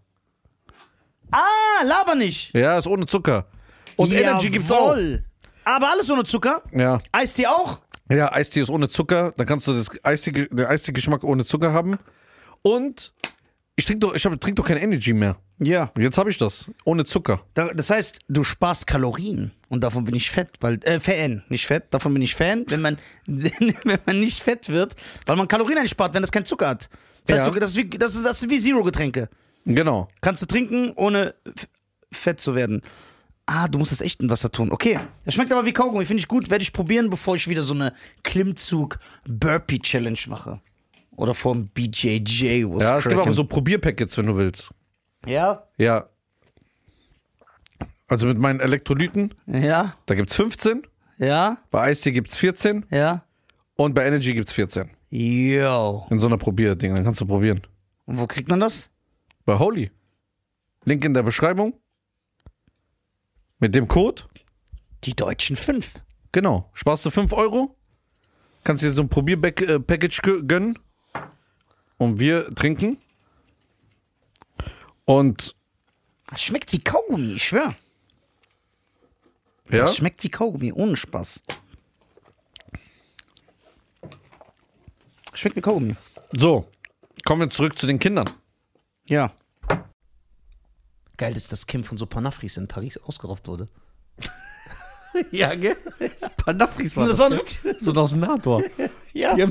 Speaker 1: Ah, laber nicht.
Speaker 2: Ja, ist ohne Zucker. Und Energy gibt's auch.
Speaker 1: Jawohl. Aber alles ohne Zucker.
Speaker 2: Ja.
Speaker 1: Eistee auch.
Speaker 2: Ja, Eistee ist ohne Zucker. Dann kannst du das Eistee, den Eistee-Geschmack ohne Zucker haben. Und ich trinke doch, ich hab- trink doch kein Energy mehr.
Speaker 1: Ja.
Speaker 2: Jetzt habe ich das. Ohne Zucker.
Speaker 1: Da- Das heißt, du sparst Kalorien und davon bin ich fett, weil äh, Fan, nicht fett, davon bin ich Fan, wenn man wenn man nicht fett wird, weil man Kalorien einspart, wenn das kein Zucker hat. Das heißt,
Speaker 2: Ja.
Speaker 1: du, das, ist wie, das, ist, das ist wie Zero Getränke.
Speaker 2: Genau.
Speaker 1: Kannst du trinken, ohne f- fett zu werden. Ah, du musst das echt in Wasser tun. Okay. Das schmeckt aber wie Kaugummi, finde ich gut, werde ich probieren, bevor ich wieder so eine Klimmzug Burpee Challenge mache. Oder vom BJJ. was
Speaker 2: Ja, es gibt
Speaker 1: crackin'.
Speaker 2: aber so Probierpackets, wenn du willst.
Speaker 1: Ja?
Speaker 2: Ja. Also mit meinen Elektrolyten,
Speaker 1: Ja?
Speaker 2: da gibt's 15.
Speaker 1: Ja?
Speaker 2: Bei Eistee gibt's 14.
Speaker 1: Ja?
Speaker 2: Und bei Energy gibt's 14.
Speaker 1: Yo.
Speaker 2: In so einer Probierding. Dann kannst du probieren.
Speaker 1: Und wo kriegt man das?
Speaker 2: Bei Holy. Link in der Beschreibung. Mit dem Code.
Speaker 1: Die deutschen fünf.
Speaker 2: Genau. Sparst du 5 Euro. Kannst dir so ein Probierpackage gönnen. Und wir trinken. Und
Speaker 1: Das schmeckt wie Kaugummi, ich schwör.
Speaker 2: ja,
Speaker 1: Das schmeckt wie Kaugummi, ohne Spaß. Schmeckt wie Kaugummi.
Speaker 2: so. Kommen wir zurück zu den Kindern.
Speaker 1: Ja. Geil ist, dass Kim von so Panafris in Paris ausgeraubt wurde.
Speaker 2: Ja, gell? Panafris
Speaker 1: das waren wirklich.
Speaker 2: So ein Senator.
Speaker 1: Ja.
Speaker 2: Die haben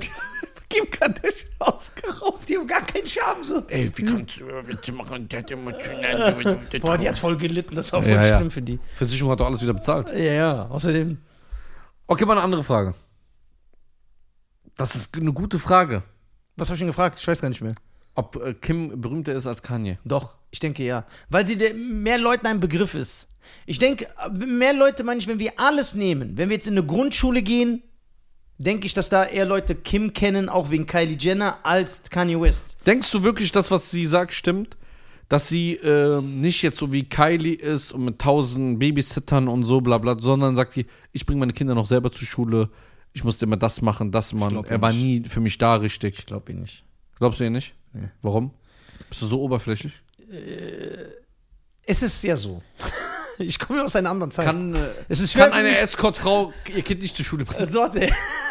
Speaker 1: Kim Kardashian ausgeraubt. Die haben gar keinen Charme so.
Speaker 3: Ey, wie kannst du das machen? Das ist emotional.
Speaker 1: Boah, die hat voll gelitten. Das war voll
Speaker 2: Ja, ja.
Speaker 1: schlimm für die.
Speaker 2: Versicherung hat doch alles wieder bezahlt.
Speaker 1: Ja, ja. Außerdem.
Speaker 2: Okay, mal eine andere Frage. Das ist eine gute Frage.
Speaker 1: Was habe ich denn gefragt? Ich weiß gar nicht mehr.
Speaker 2: Ob äh, Kim berühmter ist als Kanye.
Speaker 1: Doch, ich denke ja. Weil sie der- mehr Leuten ein Begriff ist. Ich denke, mehr Leute meine ich, wenn wir alles nehmen, wenn wir jetzt in eine Grundschule gehen, denke ich, dass da eher Leute Kim kennen, auch wegen Kylie Jenner, als Kanye West.
Speaker 2: Denkst du wirklich, das, was sie sagt, stimmt? Dass sie ähm, nicht jetzt so wie Kylie ist und mit tausend Babysittern und so bla bla, sondern sagt sie, ich bringe meine Kinder noch selber zur Schule, ich musste immer das machen, das machen.
Speaker 1: glaub
Speaker 2: Er war nie für mich da richtig.
Speaker 1: Ich glaube ihn nicht.
Speaker 2: Glaubst du ihr nicht? Warum? Bist du so oberflächlich?
Speaker 1: Es ist ja so. Ich komme ja aus einer anderen Zeit.
Speaker 2: Kann, äh,
Speaker 1: es ist schwer
Speaker 2: kann
Speaker 1: für
Speaker 2: eine
Speaker 1: mich-
Speaker 2: Escortfrau ihr Kind nicht zur Schule bringen?
Speaker 1: Leute,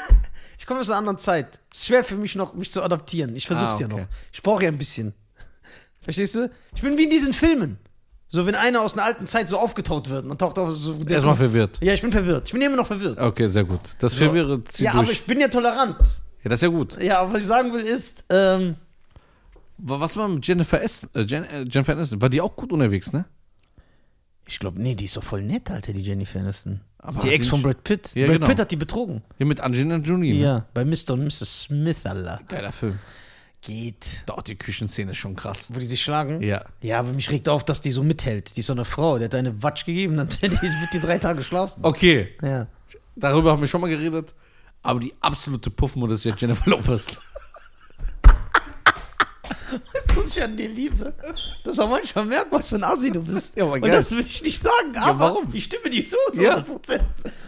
Speaker 1: ich komme aus einer anderen Zeit. Es ist schwer für mich noch, mich zu adaptieren. Ich versuche es
Speaker 2: Ah,
Speaker 1: ja
Speaker 2: okay.
Speaker 1: noch. Ich brauche ja ein bisschen. Verstehst du? Ich bin wie in diesen Filmen. So, wenn einer aus einer alten Zeit so aufgetaut wird, dann taucht auf so der
Speaker 2: Erstmal verwirrt.
Speaker 1: Ja, ich bin verwirrt. Ich bin immer noch verwirrt.
Speaker 2: Okay, sehr gut. Das verwirrt sie
Speaker 1: ja,
Speaker 2: durch.
Speaker 1: aber ich bin ja tolerant.
Speaker 2: ja, das ist ja gut.
Speaker 1: Ja, aber was ich sagen will ist, ähm,
Speaker 2: Wa- Was war mit Jennifer, Aniston? äh, Jen, äh, Jennifer Aniston? War die auch gut unterwegs, ne?
Speaker 1: ich glaube, nee, die ist doch voll nett, Alter, die Jennifer Aniston. Aber
Speaker 2: hat die
Speaker 1: die Ex von
Speaker 2: nicht-
Speaker 1: Brad Pitt.
Speaker 2: Ja,
Speaker 1: Brad
Speaker 2: genau.
Speaker 1: Pitt hat die betrogen.
Speaker 2: Hier mit Angelina Jolie. ne?
Speaker 1: Ja, bei Mr. und Mrs. Smith, Alter.
Speaker 2: Geiler Film.
Speaker 1: Geht.
Speaker 2: Doch, die Küchenszene ist schon krass.
Speaker 1: Wo die sich schlagen?
Speaker 2: Ja.
Speaker 1: Ja, aber mich regt auf, dass die so mithält. Die ist so eine Frau, der hat eine Watsch gegeben, dann wird die, wird die drei Tage schlafen.
Speaker 2: Okay,
Speaker 1: Ja.
Speaker 2: darüber haben wir schon mal geredet. Aber die absolute Puffmutter ist ja Jennifer Lopez.
Speaker 1: Weißt du, was ich an dir liebe? Dass man manchmal merkt, was für ein Assi du bist.
Speaker 2: Ja, aber
Speaker 1: und
Speaker 2: geil.
Speaker 1: das will ich nicht sagen, aber
Speaker 2: warum?
Speaker 1: ich stimme dir zu, zu
Speaker 2: Ja.
Speaker 1: 100%.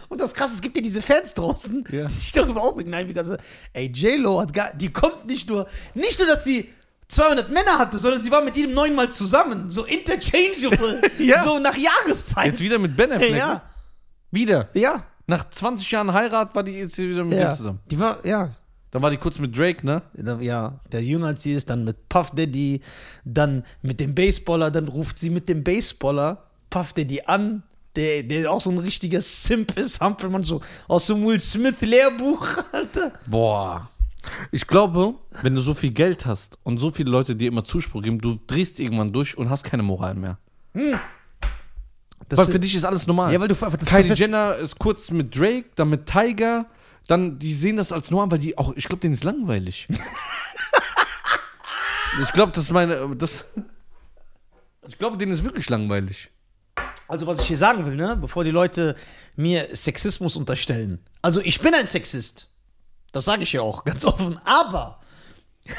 Speaker 1: Und das Krasse, es gibt ja diese Fans draußen,
Speaker 2: Ja.
Speaker 1: die sich darüber aufregen. Nein, wie das, ey, J-Lo hat gar, die kommt nicht nur, nicht nur, dass sie 200 Männer hatte, sondern sie war mit jedem neunmal zusammen. So interchangeable.
Speaker 2: Ja.
Speaker 1: So nach Jahreszeit.
Speaker 2: Jetzt wieder mit Ben Affleck. ne?
Speaker 1: ja.
Speaker 2: Wieder.
Speaker 1: Ja.
Speaker 2: Nach 20 Jahren Heirat war die jetzt hier wieder mit
Speaker 1: ja.
Speaker 2: ihm zusammen.
Speaker 1: Die war, ja.
Speaker 2: Dann war die kurz mit Drake, ne?
Speaker 1: Ja, der jünger als sie ist, dann mit Puff Daddy, dann mit dem Baseballer, dann ruft sie mit dem Baseballer Puff Daddy an, der, der auch so ein richtiger Simp ist, Hampelmann, so aus dem Will Smith-Lehrbuch, Alter.
Speaker 2: Boah. Ich glaube, wenn du so viel Geld hast und so viele Leute dir immer Zuspruch geben, du drehst irgendwann durch und hast keine Moral mehr.
Speaker 1: Das
Speaker 2: Weil für dich ist alles normal.
Speaker 1: ja, weil du einfach das
Speaker 2: Kylie
Speaker 1: verfest-
Speaker 2: Jenner ist kurz mit Drake, dann mit Tiger, dann die sehen das als normal, weil die auch, ich glaube, denen ist langweilig. ich glaube, das ist meine, das, ich glaube, denen ist wirklich langweilig.
Speaker 1: Also, was ich hier sagen will, ne, bevor die Leute mir Sexismus unterstellen. Also, ich bin ein Sexist. Das sage ich ja auch ganz offen. Aber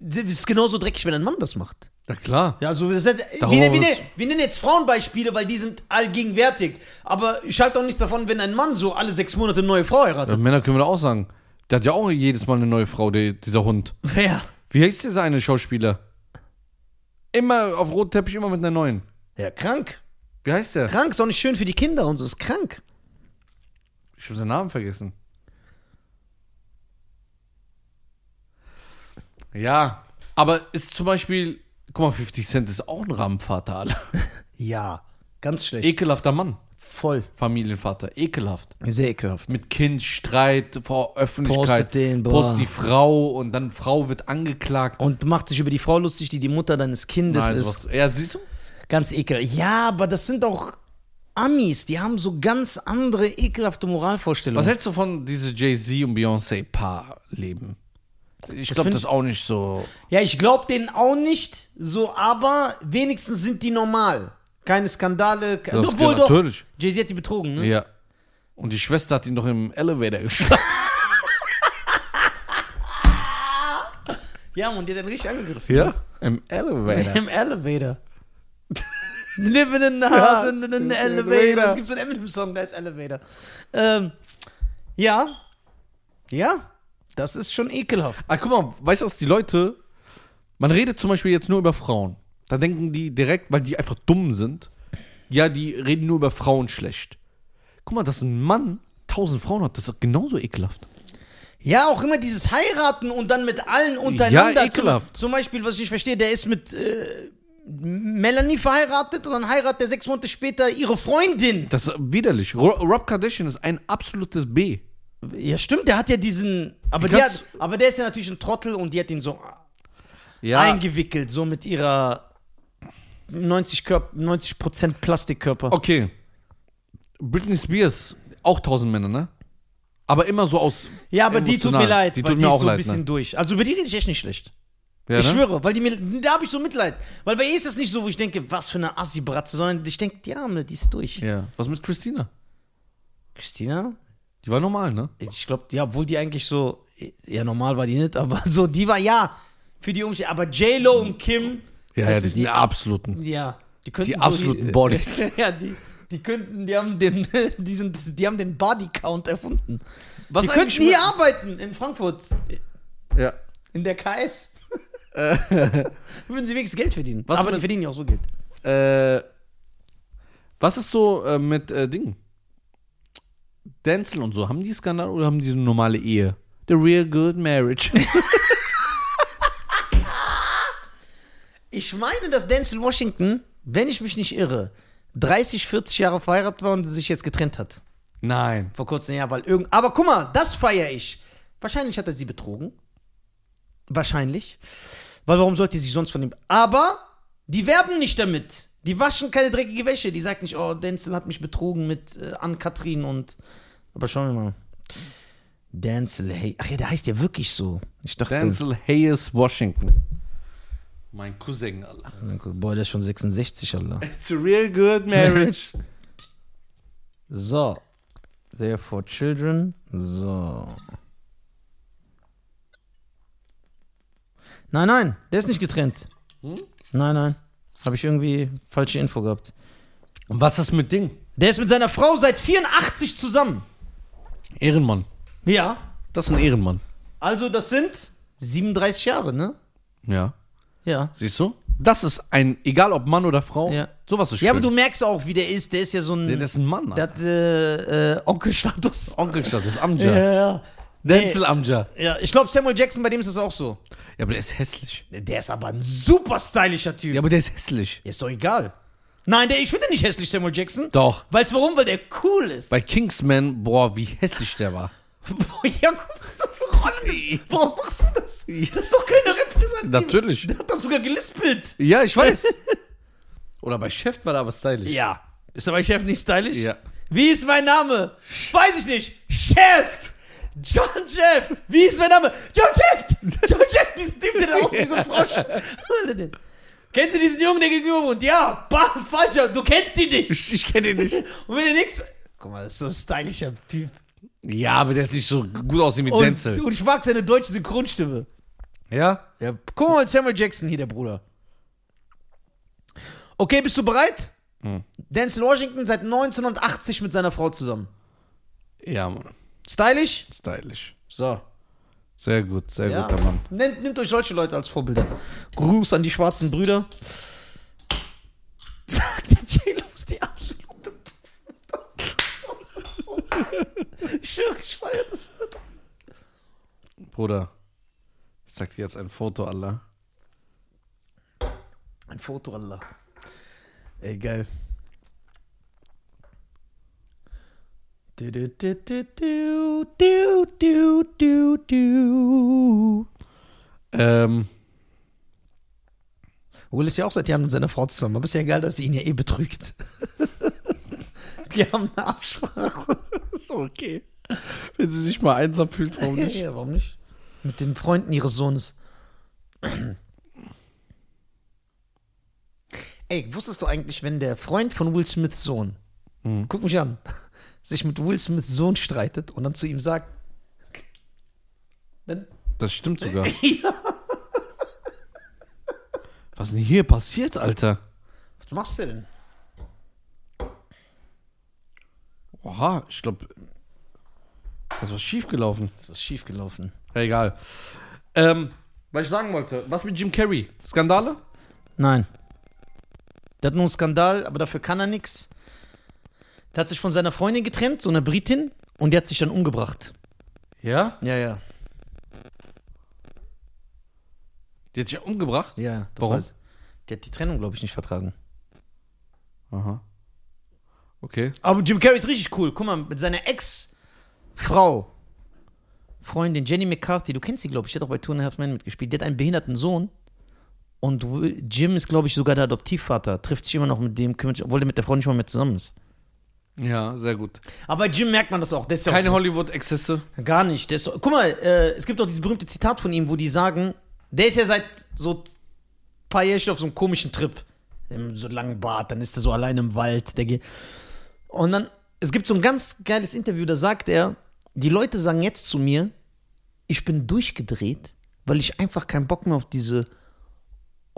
Speaker 1: es ist genauso dreckig, wenn ein Mann das macht.
Speaker 2: Na klar.
Speaker 1: Ja, also das ist, wir,
Speaker 2: Darüber
Speaker 1: wir, wir,
Speaker 2: muss-
Speaker 1: wir nennen jetzt Frauenbeispiele, weil die sind allgegenwärtig. Aber ich halte auch nichts davon, wenn ein Mann so alle sechs Monate eine neue Frau
Speaker 2: Ja,
Speaker 1: heiratet.
Speaker 2: Männer können wir da auch sagen. Der hat ja auch jedes Mal eine neue Frau, der, dieser Hund.
Speaker 1: Wer?
Speaker 2: Wie heißt dieser eine Schauspieler? Immer auf roten Teppich, immer mit einer neuen.
Speaker 1: Ja, krank.
Speaker 2: Wie heißt der?
Speaker 1: Krank ist auch nicht schön für die Kinder und so. Ist krank.
Speaker 2: Ich habe seinen Namen vergessen. Ja, aber ist zum Beispiel, guck mal, 50 Cent ist auch ein Rahmenvater, Alter.
Speaker 1: Ja, ganz schlecht.
Speaker 2: Ekelhafter Mann,
Speaker 1: Voll.
Speaker 2: Familienvater, ekelhaft.
Speaker 1: Sehr ekelhaft.
Speaker 2: Mit Kind, Streit vor Öffentlichkeit.
Speaker 1: Postet den, boah.
Speaker 2: postet die Frau und dann Frau wird angeklagt.
Speaker 1: Und macht sich über die Frau lustig, die die Mutter deines Kindes
Speaker 2: Nein,
Speaker 1: ist.
Speaker 2: sowas- Ja, siehst du?
Speaker 1: Ganz ekelhaft. Ja, aber das sind auch Amis. Die haben so ganz andere ekelhafte Moralvorstellungen.
Speaker 2: Was hältst du von diese Jay-Z und Beyoncé-Paar-Leben? Ich glaube,
Speaker 1: find
Speaker 2: das ist auch nicht so.
Speaker 1: Ja, ich glaube denen auch nicht, so, aber wenigstens sind die normal. Keine Skandale. Ke
Speaker 2: Das
Speaker 1: Obwohl
Speaker 2: geht
Speaker 1: doch.
Speaker 2: natürlich.
Speaker 1: Jay-Z hat die betrogen, ne?
Speaker 2: Ja. Und die Schwester hat ihn doch im Elevator geschlagen.
Speaker 1: Ja, Mann, die hat den richtig angegriffen.
Speaker 2: Ja? Im Elevator.
Speaker 1: Im Elevator. Living in the house in the elevator. Es gibt so einen Eminem-Song, der ist Elevator. Ähm, ja. Ja. Das ist schon ekelhaft.
Speaker 2: Ah, guck mal, weißt du was, die Leute, man redet zum Beispiel jetzt nur über Frauen. Da denken die direkt, weil die einfach dumm sind, ja, die reden nur über Frauen schlecht. Guck mal, dass ein Mann tausend Frauen hat, das ist doch genauso ekelhaft.
Speaker 1: Ja, auch immer dieses Heiraten und dann mit allen untereinander.
Speaker 2: Ja, ekelhaft.
Speaker 1: Zum, zum Beispiel, was ich nicht verstehe, der ist mit äh, Melanie verheiratet und dann heiratet er sechs Monate später ihre Freundin.
Speaker 2: Das ist widerlich. Ro- Rob Kardashian ist ein absolutes B.
Speaker 1: Ja, stimmt, der hat ja diesen. Aber,
Speaker 2: Wie
Speaker 1: die
Speaker 2: kannst-
Speaker 1: hat, aber der ist ja natürlich ein Trottel und die hat ihn so
Speaker 2: Ja,
Speaker 1: eingewickelt, so mit ihrer 90%, Körp 90 Plastikkörper.
Speaker 2: okay. Britney Spears, auch tausend Männer, ne? Aber immer so aus.
Speaker 1: Ja, aber die tut
Speaker 2: emotional.
Speaker 1: mir leid,
Speaker 2: Die
Speaker 1: weil
Speaker 2: tut
Speaker 1: die
Speaker 2: mir
Speaker 1: ist
Speaker 2: auch
Speaker 1: so ein
Speaker 2: leid.
Speaker 1: bisschen
Speaker 2: Ne?
Speaker 1: durch. Also über die rede ich echt nicht schlecht.
Speaker 2: Ja,
Speaker 1: ich
Speaker 2: ne?
Speaker 1: schwöre, weil die mir, da habe ich so Mitleid. Weil bei ihr ist das nicht so, wo ich denke, was für eine Assi-Bratze, sondern ich denke, die Arme, die ist durch.
Speaker 2: Ja. Was mit Christina?
Speaker 1: Christina?
Speaker 2: Die war normal, ne?
Speaker 1: Ich glaube, ja, obwohl die eigentlich so, ja, normal war die nicht, aber so, die war ja für die Umstände. Aber J-Lo und Kim, also das
Speaker 2: Ja, ja,
Speaker 1: ist
Speaker 2: die sind die absoluten.
Speaker 1: Ja, die könnten
Speaker 2: Die absoluten Bodies.
Speaker 1: ja, die, die könnten, die haben den, die sind, die haben den Body Count erfunden.
Speaker 2: Was
Speaker 1: die könnten
Speaker 2: eigentlich mit-
Speaker 1: hier arbeiten in Frankfurt
Speaker 2: Ja.
Speaker 1: in der KS. Würden sie wenigstens Geld verdienen.
Speaker 2: Äh. Was
Speaker 1: Aber
Speaker 2: mit-
Speaker 1: die verdienen ja auch so Geld.
Speaker 2: Äh, was ist so äh, mit äh, Dingen? Denzel und so, haben die Skandal oder haben die so eine normale Ehe? The real good marriage.
Speaker 1: Ich meine, dass Denzel Washington, wenn ich mich nicht irre, 30, 40 Jahre verheiratet war und sich jetzt getrennt hat.
Speaker 2: Nein.
Speaker 1: Vor kurzem, ja, weil irgend. Aber guck mal, das feiere ich. Wahrscheinlich hat er sie betrogen. Wahrscheinlich. Weil warum sollte sie sich sonst von ihm. Aber die werben nicht damit. Die waschen keine dreckige Wäsche. Die sagt nicht, oh, Denzel hat mich betrogen mit äh, Ann-Kathrin und. Aber schauen wir mal. Denzel, hey. Ach ja, der heißt ja wirklich so. Ich dachte.
Speaker 2: Denzel Hayes Washington. Mein Cousin, Allah.
Speaker 1: Boah, der ist schon 66, Alter.
Speaker 2: It's a real good marriage.
Speaker 1: So. They're for children. So. Nein, nein, der ist nicht getrennt.
Speaker 2: Hm?
Speaker 1: Nein, nein. Habe ich irgendwie falsche Info gehabt.
Speaker 2: und was ist mit Ding?
Speaker 1: Der ist mit seiner Frau seit 84 zusammen.
Speaker 2: Ehrenmann.
Speaker 1: Ja.
Speaker 2: Das ist ein Ehrenmann.
Speaker 1: Also, das sind 37 Jahre, ne?
Speaker 2: Ja.
Speaker 1: Ja.
Speaker 2: Siehst du? Das ist ein, egal ob Mann oder Frau,
Speaker 1: Ja.
Speaker 2: sowas ist schön.
Speaker 1: Ja, aber du merkst auch, wie der ist. Der ist ja so ein.
Speaker 2: Der der ist ein Mann.
Speaker 1: der
Speaker 2: Alter.
Speaker 1: hat äh, äh, Onkelstatus.
Speaker 2: Onkelstadt, das ist Amja.
Speaker 1: Ja, ja, ja.
Speaker 2: Denzel Amja.
Speaker 1: Ja, ich glaube, Samuel Jackson, bei dem ist das auch so.
Speaker 2: Ja, aber der ist hässlich.
Speaker 1: Der ist aber ein super stylischer Typ.
Speaker 2: Ja, aber der ist hässlich.
Speaker 1: Ja, Ist doch egal. Nein, der, ich finde den nicht hässlich, Samuel Jackson.
Speaker 2: Doch.
Speaker 1: Weißt du warum? Weil der cool ist.
Speaker 2: Bei Kingsman, boah, wie hässlich der war.
Speaker 1: Boah, Jakob, was du für Rollen nimmst. Warum machst du das? Das ist doch keine Repräsentative.
Speaker 2: Natürlich.
Speaker 1: Der hat das sogar gelispelt.
Speaker 2: Ja, ich weiß. Oder bei Chef war der aber stylisch.
Speaker 1: Ja. Ist aber Chef nicht stylisch?
Speaker 2: Ja.
Speaker 1: Wie ist mein Name? Weiß ich nicht. Chef! John Jeff! Wie ist mein Name? John Jeff! John Jeff, diesen Typ, der da aussieht wie so ein Frosch. Alter, den- Kennst du diesen Jungen, der gegenüber wohnt? Ja, bam, falscher, du kennst ihn nicht.
Speaker 2: Ich, ich kenne ihn nicht.
Speaker 1: Und wenn er nichts. Guck mal, das ist so ein stylischer Typ.
Speaker 2: Ja, aber der ist nicht so gut aussehen wie
Speaker 1: Und,
Speaker 2: Denzel.
Speaker 1: und ich mag seine deutsche Synchronstimme.
Speaker 2: Ja?
Speaker 1: Ja, guck mal, Samuel Jackson hier, der Bruder. Okay, bist du bereit?
Speaker 2: Hm.
Speaker 1: Denzel Washington seit 1980 mit seiner Frau zusammen.
Speaker 2: Ja, Mann.
Speaker 1: Stylisch?
Speaker 2: Stylisch.
Speaker 1: So.
Speaker 2: Sehr gut, sehr
Speaker 1: Ja.
Speaker 2: guter Mann.
Speaker 1: Nennt, nehmt euch solche Leute als Vorbilder. Gruß an die schwarzen Brüder. Sagt der J-Lo ist die absolute Puff. Das ist so geil. Ich schwöre, ich feiere das.
Speaker 2: Bruder, ich zeig dir jetzt ein Foto, Allah.
Speaker 1: Ein Foto, Allah. Ey, geil. Du, du, du, du, du, du, du, du, du.
Speaker 2: Ähm,
Speaker 1: Will ist ja auch seit Jahren mit seiner Frau zusammen. Aber ist ja egal, dass sie ihn ja eh betrügt. Wir haben eine Absprache.
Speaker 2: ist doch okay. Wenn sie sich mal einsam fühlt, warum
Speaker 1: Ja, ja, warum nicht? Mit den Freunden ihres Sohnes. Ey, wusstest du eigentlich, wenn der Freund von Will Smiths Sohn, guck mich an, sich mit Will Smiths Sohn streitet und dann zu ihm sagt, dann,
Speaker 2: Das stimmt sogar. Was ist denn hier passiert, Alter?
Speaker 1: was machst du denn?
Speaker 2: Oha, ich glaube, das war schiefgelaufen.
Speaker 1: Ist was schiefgelaufen.
Speaker 2: Egal. Ähm, was ich sagen wollte, was mit Jim Carrey? Skandale?
Speaker 1: Nein. Der hat nur einen Skandal, aber dafür kann er nichts. Der hat sich von seiner Freundin getrennt, so einer Britin, und die hat sich dann umgebracht.
Speaker 2: Ja?
Speaker 1: Ja, ja.
Speaker 2: Die hat sich ja umgebracht?
Speaker 1: Ja, das
Speaker 2: Warum?
Speaker 1: weiß- Die hat die Trennung, glaube ich, nicht vertragen.
Speaker 2: Aha. Okay.
Speaker 1: Aber Jim Carrey ist richtig cool. Guck mal, mit seiner Ex-Frau, Freundin Jenny McCarthy, du kennst sie, glaube ich, die hat auch bei Two and a Half Men mitgespielt. Die hat einen behinderten Sohn. Und Will- Jim ist, glaube ich, sogar der Adoptivvater. Trifft sich immer noch mit dem, kümmert sich, obwohl der mit der Frau nicht mal mehr zusammen ist.
Speaker 2: Ja, sehr gut.
Speaker 1: Aber bei Jim merkt man das auch. Der ist ja auch
Speaker 2: Keine
Speaker 1: so-
Speaker 2: Hollywood-Exzesse.
Speaker 1: Gar nicht. Der ist, guck mal, äh, es gibt doch dieses berühmte Zitat von ihm, wo die sagen, der ist ja seit so ein paar Jahren schon auf so einem komischen Trip. Im so langen Bart, dann ist er so allein im Wald. Der geht. Und dann, es gibt so ein ganz geiles Interview, da sagt er, die Leute sagen jetzt zu mir, ich bin durchgedreht, weil ich einfach keinen Bock mehr auf diese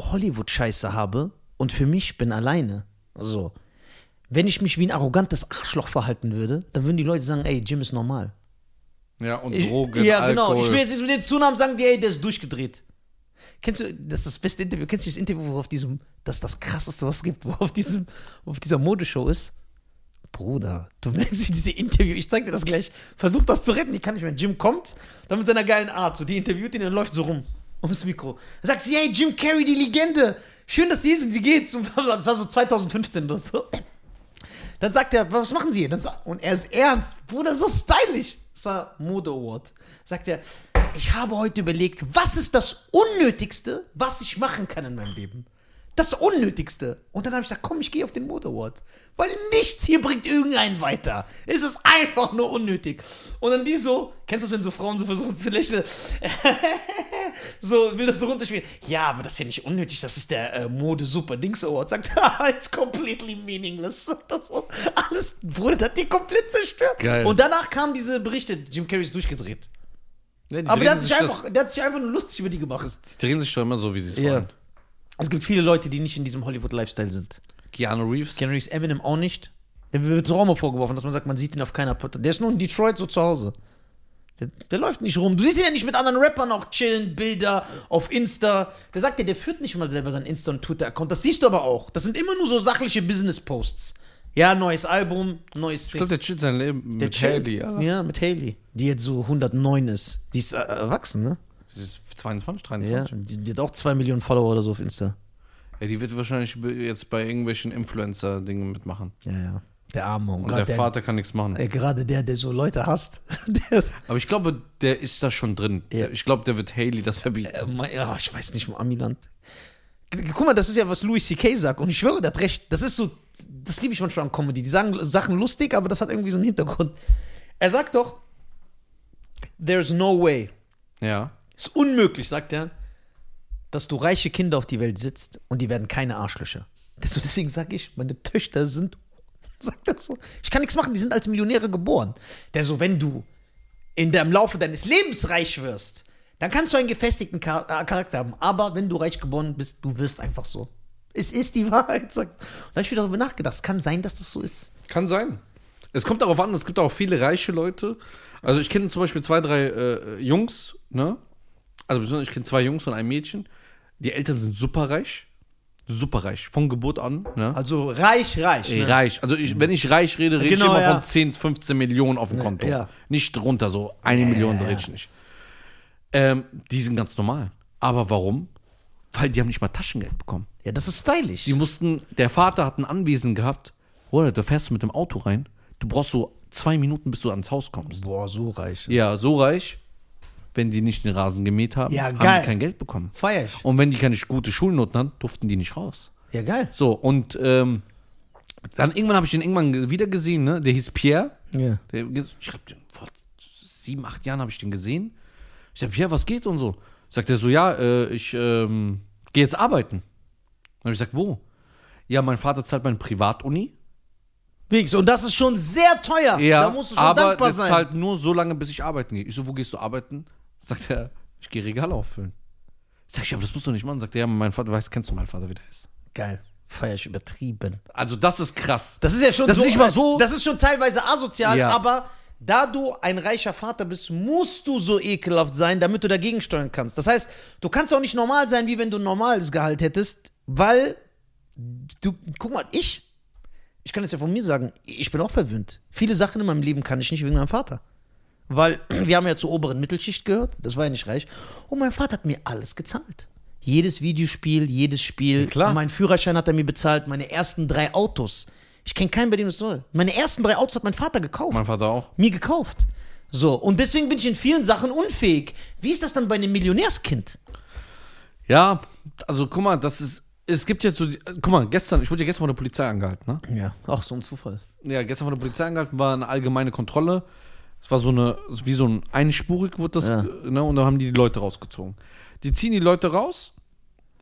Speaker 1: Hollywood-Scheiße habe und für mich bin alleine. So. Wenn ich mich wie ein arrogantes Arschloch verhalten würde, dann würden die Leute sagen, ey, Jim ist normal.
Speaker 2: Ja, und
Speaker 1: Ich-
Speaker 2: Drogen,
Speaker 1: Ja,
Speaker 2: Alkohol.
Speaker 1: genau. Ich will jetzt nicht mit den Zunahmen sagen, die, ey, der ist durchgedreht. Kennst du, das ist das beste Interview, kennst du das Interview, wo auf diesem, das ist das krasseste, was es gibt, wo auf diesem, wo auf dieser Modeshow ist? Bruder, du merkst, wie diese Interview, ich zeig dir das gleich, versuch das zu retten, ich kann nicht mehr. Jim kommt, dann mit seiner geilen Art, so, die interviewt ihn und läuft so rum, ums Mikro. Dann sagt sie, hey, Jim Carrey, die Legende, schön, dass Sie hier sind, wie geht's? Und das war so 2015 oder so. Dann sagt er, was machen Sie hier? Dann sa- und er ist ernst, Bruder, so stylisch. Das war Mode Award. Sagt er, ich habe heute überlegt, was ist das Unnötigste, was ich machen kann in meinem Leben? Das Unnötigste. Und dann habe ich gesagt, komm, ich gehe auf den Mode Award. Weil nichts hier bringt irgendeinen weiter. Es ist einfach nur unnötig. Und dann die so, kennst du das, wenn so Frauen so versuchen zu lächeln? so will das so runterspielen. Ja, aber das ist ja nicht unnötig, das ist der äh, Mode Super Dings Award. Sagt, haha, it's completely meaningless. Das so, alles, Bruder, das hat die komplett zerstört.
Speaker 2: Geil.
Speaker 1: Und danach kamen diese Berichte, Jim Carrey ist durchgedreht.
Speaker 2: Ja, die
Speaker 1: aber der
Speaker 2: drehen
Speaker 1: hat, sich
Speaker 2: das-
Speaker 1: einfach, der hat sich einfach nur lustig über die gemacht.
Speaker 2: Die drehen sich schon immer so, wie sie es wollen.
Speaker 1: Es gibt viele Leute, die nicht in diesem Hollywood-Lifestyle sind.
Speaker 2: Keanu Reeves.
Speaker 1: Keanu Reeves Eminem auch nicht. Dem wird es auch mal vorgeworfen, dass man sagt, man sieht ihn auf keiner Platte. Der ist nur in Detroit so zu Hause. Der, der läuft nicht rum. Du siehst ihn ja nicht mit anderen Rappern auch chillen, Bilder auf Insta. Der sagt dir, der führt nicht mal selber seinen Insta- und Twitter-Account. Das siehst du aber auch. Das sind immer nur so sachliche Business-Posts. Ja, neues Album, neues
Speaker 2: Ich glaube, der chillt sein Leben mit Haley, Alter.
Speaker 1: Ja, mit Haley. Die jetzt so 109 ist. Die ist äh, erwachsen, ne?
Speaker 2: Sie ist 22,
Speaker 1: Ja.
Speaker 2: 23. Ja.
Speaker 1: Die, die hat auch 2 Millionen Follower oder so auf Insta.
Speaker 2: die wird wahrscheinlich be- jetzt bei irgendwelchen Influencer-Dingen mitmachen.
Speaker 1: Ja, ja. Der arme
Speaker 2: Und der Vater kann nichts machen.
Speaker 1: Ey, gerade der, der so Leute hasst. Der,
Speaker 2: Aber ich glaube, der ist da schon drin.
Speaker 1: Ja.
Speaker 2: Ich glaube, der wird Haley das verbieten.
Speaker 1: Äh, mein- ja, ich weiß nicht, im Amiland. G- g- Guck mal, das ist ja, was Louis C.K. sagt. Und ich schwöre, der hat recht. Das ist so, das liebe ich manchmal an Comedy. Die sagen Sachen lustig, aber das hat irgendwie so einen Hintergrund. Er sagt doch, there's no way.
Speaker 2: Ja.
Speaker 1: Ist unmöglich, sagt er, dass du reiche Kinder auf die Welt sitzt und die werden keine Arschlöcher. Das- Deswegen sage ich, meine Töchter sind, sagt er so, ich kann nichts machen, die sind als Millionäre geboren. Der so, wenn du in deinem Laufe deines Lebens reich wirst, dann kannst du einen gefestigten Char äh, Charakter haben. Aber wenn du reich geboren bist, du wirst einfach so. Es ist die Wahrheit, sagt. Und da habe ich wieder darüber nachgedacht. Es kann sein, dass das so ist.
Speaker 2: Kann sein. Es kommt darauf an, es gibt auch viele reiche Leute. Also ich kenne zum Beispiel zwei, drei äh, Jungs, ne? Also besonders, ich kenne zwei Jungs und ein Mädchen. Die Eltern sind superreich. Superreich. Von Geburt an, ne?
Speaker 1: Also reich, reich.
Speaker 2: Ey,
Speaker 1: Ne?
Speaker 2: Reich. Also ich, wenn ich reich rede, rede
Speaker 1: Genau,
Speaker 2: ich immer
Speaker 1: ja.
Speaker 2: von 10, 15 Millionen auf dem Konto.
Speaker 1: ja.
Speaker 2: Nicht runter, so eine Million rede ich nicht. Ähm, die sind ganz normal. Aber warum? Weil die haben nicht mal Taschengeld bekommen.
Speaker 1: Ja, das ist stylisch.
Speaker 2: Die mussten, der Vater hat ein Anwesen gehabt. Oder da fährst du mit dem Auto rein. Du brauchst so zwei Minuten, bis du ans Haus kommst.
Speaker 1: Boah, so reich.
Speaker 2: Ja, so reich, wenn die nicht den Rasen gemäht haben,
Speaker 1: Ja,
Speaker 2: haben
Speaker 1: geil.
Speaker 2: die kein Geld bekommen.
Speaker 1: Feier ich.
Speaker 2: Und wenn die keine gute Schulnoten hatten, durften die nicht raus.
Speaker 1: Ja, geil.
Speaker 2: So, und ähm, dann irgendwann habe ich den irgendwann ge- wieder gesehen, ne? Der hieß Pierre.
Speaker 1: Ja.
Speaker 2: Der, ich glaube, vor sieben, acht Jahren habe ich den gesehen. Ich sage, Pierre, was geht und so? Sagt er so, ja, äh, ich ähm, gehe jetzt arbeiten. Dann habe ich gesagt, wo? Ja, mein Vater zahlt meine Privatuni.
Speaker 1: Wichs. Und das ist schon sehr teuer.
Speaker 2: Ja,
Speaker 1: da musst du schon
Speaker 2: aber
Speaker 1: dankbar
Speaker 2: das halt
Speaker 1: sein.
Speaker 2: zahlt nur so lange, bis ich arbeiten gehe. Ich so, wo gehst du arbeiten? Sagt er, ich gehe Regale auffüllen. Sag ich, aber das musst du nicht machen. Sagt er, ja, mein Vater, weiß, kennst du meinen Vater, wie der ist.
Speaker 1: Geil. Feier ich übertrieben.
Speaker 2: Also das ist krass.
Speaker 1: Das ist ja schon
Speaker 2: Das ist nicht mal so-
Speaker 1: Das ist schon teilweise asozial,
Speaker 2: Ja.
Speaker 1: aber da du ein reicher Vater bist, musst du so ekelhaft sein, damit du dagegen steuern kannst. Das heißt, du kannst auch nicht normal sein, wie wenn du ein normales Gehalt hättest, weil du. Guck mal, ich. Ich kann es ja von mir sagen, ich bin auch verwöhnt. Viele Sachen in meinem Leben kann ich nicht wegen meinem Vater. Weil wir haben ja zur oberen Mittelschicht gehört, das war ja nicht reich. Und mein Vater hat mir alles gezahlt. Jedes Videospiel, jedes Spiel.
Speaker 2: klar.
Speaker 1: Mein Führerschein hat er mir bezahlt, meine ersten drei Autos. Ich kenne keinen, bei dem das soll. Meine ersten drei Autos hat mein Vater gekauft.
Speaker 2: Mein Vater auch.
Speaker 1: Mir gekauft. So, und deswegen bin ich in vielen Sachen unfähig. Wie ist das dann bei einem Millionärskind?
Speaker 2: Ja, also guck mal, das ist. Es gibt jetzt so. die- Guck mal, gestern, ich wurde ja gestern von der Polizei angehalten, ne?
Speaker 1: Ja. Ach, so ein Zufall.
Speaker 2: Ja, gestern von der Polizei angehalten war eine allgemeine Kontrolle. Es war so eine, wie so ein einspurig wurde das,
Speaker 1: Ja.
Speaker 2: ne? Und da haben die die Leute rausgezogen. Die ziehen die Leute raus.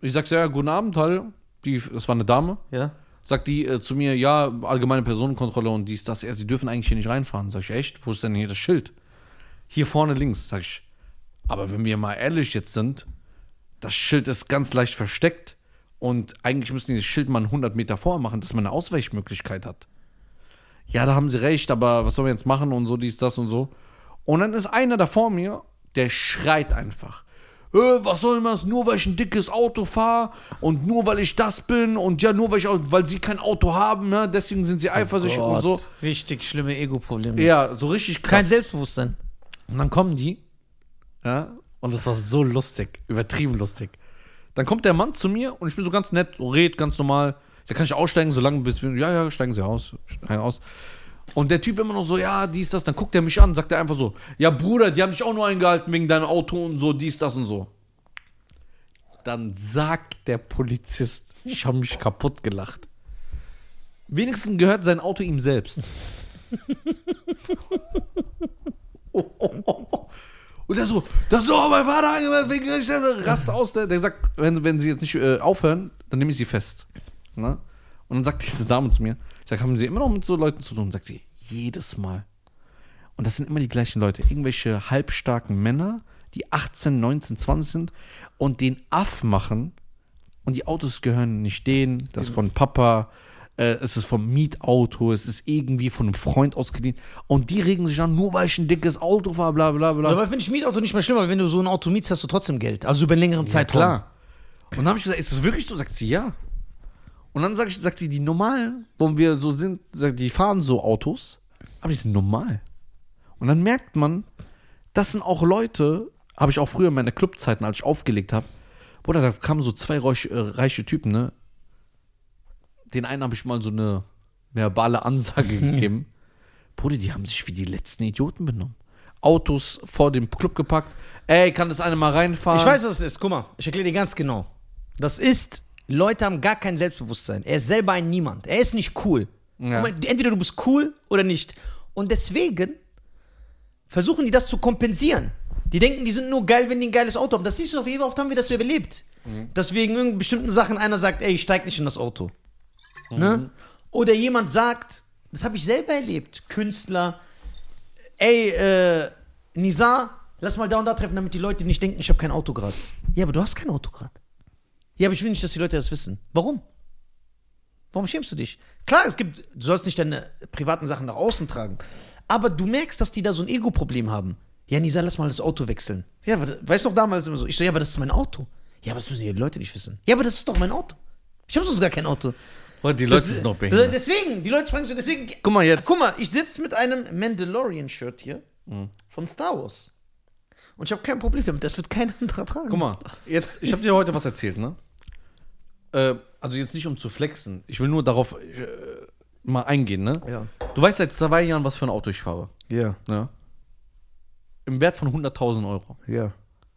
Speaker 2: Ich sag so, ja, guten Abend, hallo. Die, das war eine Dame.
Speaker 1: Ja.
Speaker 2: Sagt die äh, zu mir, ja, allgemeine Personenkontrolle und dies, das, er, sie dürfen eigentlich hier nicht reinfahren. Sag ich, echt? Wo ist denn hier das Schild? Hier vorne links, sag ich. Aber wenn wir mal ehrlich jetzt sind, das Schild ist ganz leicht versteckt und eigentlich müssen die das Schild mal einen 100 Meter vormachen, dass man eine Ausweichmöglichkeit hat. Ja, da haben sie recht, aber was sollen wir jetzt machen und so, dies, das und so. Und dann ist einer da vor mir, der schreit einfach. "Äh, Was soll denn das? Nur weil ich ein dickes Auto fahre und nur weil ich das bin und ja, nur weil ich auch, weil sie kein Auto haben, ja, deswegen sind sie eifersüchtig und so.
Speaker 1: Richtig schlimme Ego-Probleme.
Speaker 2: Ja, so richtig
Speaker 1: Kein
Speaker 2: krass.
Speaker 1: Selbstbewusstsein.
Speaker 2: Und dann kommen die, ja, und das war so lustig, übertrieben lustig. Dann kommt der Mann zu mir und ich bin so ganz nett, so red ganz normal. Ich sag, kann ich aussteigen, solange bis wir, ja, ja, steigen Sie aus, steigen aus. Und der Typ immer noch so, ja, dies, das, dann guckt er mich an, sagt er einfach so, ja, Bruder, die haben dich auch nur eingehalten wegen deinem Auto und so, dies, das und so. Dann sagt der Polizist, ich habe mich kaputt gelacht. Wenigstens gehört sein Auto ihm selbst. Und der so, das ist doch mein Vater angemeldet, wegen Rechtsstelle. Rast aus. Der, der sagt, wenn, wenn sie jetzt nicht äh, aufhören, dann nehme ich sie fest. Ne? Und dann sagt diese Dame zu mir, ich sag, haben sie immer noch mit so Leuten zu tun? Sagt sie, jedes Mal. Und das sind immer die gleichen Leute. Irgendwelche halbstarken Männer, die 18, 19, 20 sind und den Aff machen. Und die Autos gehören nicht denen, das von Papa, äh, es ist vom Mietauto, es ist irgendwie von einem Freund ausgeliehen. Und die regen sich an, nur weil ich ein dickes Auto fahre, bla bla bla.
Speaker 1: Aber finde ich Mietauto nicht mehr schlimm, weil wenn du so ein Auto mietst, hast du trotzdem Geld. Also über einen längeren Zeitraum.
Speaker 2: Klar. Und dann habe ich gesagt, ist das wirklich so? Sagt sie, ja. Und dann sag ich, sagt sie, die normalen, wo wir so sind, sagt, die fahren so Autos, aber die sind normal. Und dann merkt man, das sind auch Leute, habe ich auch früher in meiner Clubzeiten, als ich aufgelegt habe, Bruder, da kamen so zwei reiche, äh, reiche Typen, ne? Den einen habe ich mal so eine verbale Ansage gegeben. Bruder, die haben sich wie die letzten Idioten benommen. Autos vor dem Club gepackt. Ey, kann das eine mal reinfahren?
Speaker 1: Ich weiß, was es ist. Guck mal, ich erkläre dir ganz genau. Das ist, Leute haben gar kein Selbstbewusstsein. Er ist selber ein Niemand. Er ist nicht cool.
Speaker 2: Ja.
Speaker 1: Guck mal, entweder du bist cool oder nicht. Und deswegen versuchen die das zu kompensieren. Die denken, die sind nur geil, wenn die ein geiles Auto haben. Das siehst du auf jeden Fall, oft haben wir das überlebt. Dass wegen irgendeinen bestimmten Sachen einer sagt, ey, ich steig nicht in das Auto. Ne? Oder jemand sagt, das habe ich selber erlebt, Künstler, ey, äh, Nizar, lass mal da und da treffen, damit die Leute nicht denken, ich habe kein Auto gerade. Ja, aber du hast kein Auto gerade. Ja, aber ich will nicht, dass die Leute das wissen. Warum? Warum schämst du dich? Klar, es gibt, du sollst nicht deine privaten Sachen nach außen tragen. Aber du merkst, dass die da so ein Ego-Problem haben. Ja, Nisa, lass mal das Auto wechseln. Ja, aber, das- weißt du noch damals immer so. Ich so, ja, aber das ist mein Auto. Ja, aber das müssen die Leute nicht wissen. Ja, aber das ist doch mein Auto. Ich habe sonst gar kein Auto.
Speaker 2: Bruder, die
Speaker 1: Das-
Speaker 2: Leute sind noch behindert.
Speaker 1: das- Deswegen, die Leute fragen sich, deswegen.
Speaker 2: Guck mal jetzt.
Speaker 1: Guck mal, ich sitze mit einem Mandalorian-Shirt hier
Speaker 2: Mhm.
Speaker 1: von Star Wars. Und ich habe kein Problem damit, das wird kein anderer tragen.
Speaker 2: Guck mal, jetzt, ich habe dir heute was erzählt, ne? Äh, also jetzt nicht um zu flexen. Ich will nur darauf äh, mal eingehen, ne?
Speaker 1: Ja.
Speaker 2: Du weißt seit zwei Jahren, was für ein Auto ich fahre.
Speaker 1: Ja,
Speaker 2: Ne? Im Wert von 100.000 Euro.
Speaker 1: ja,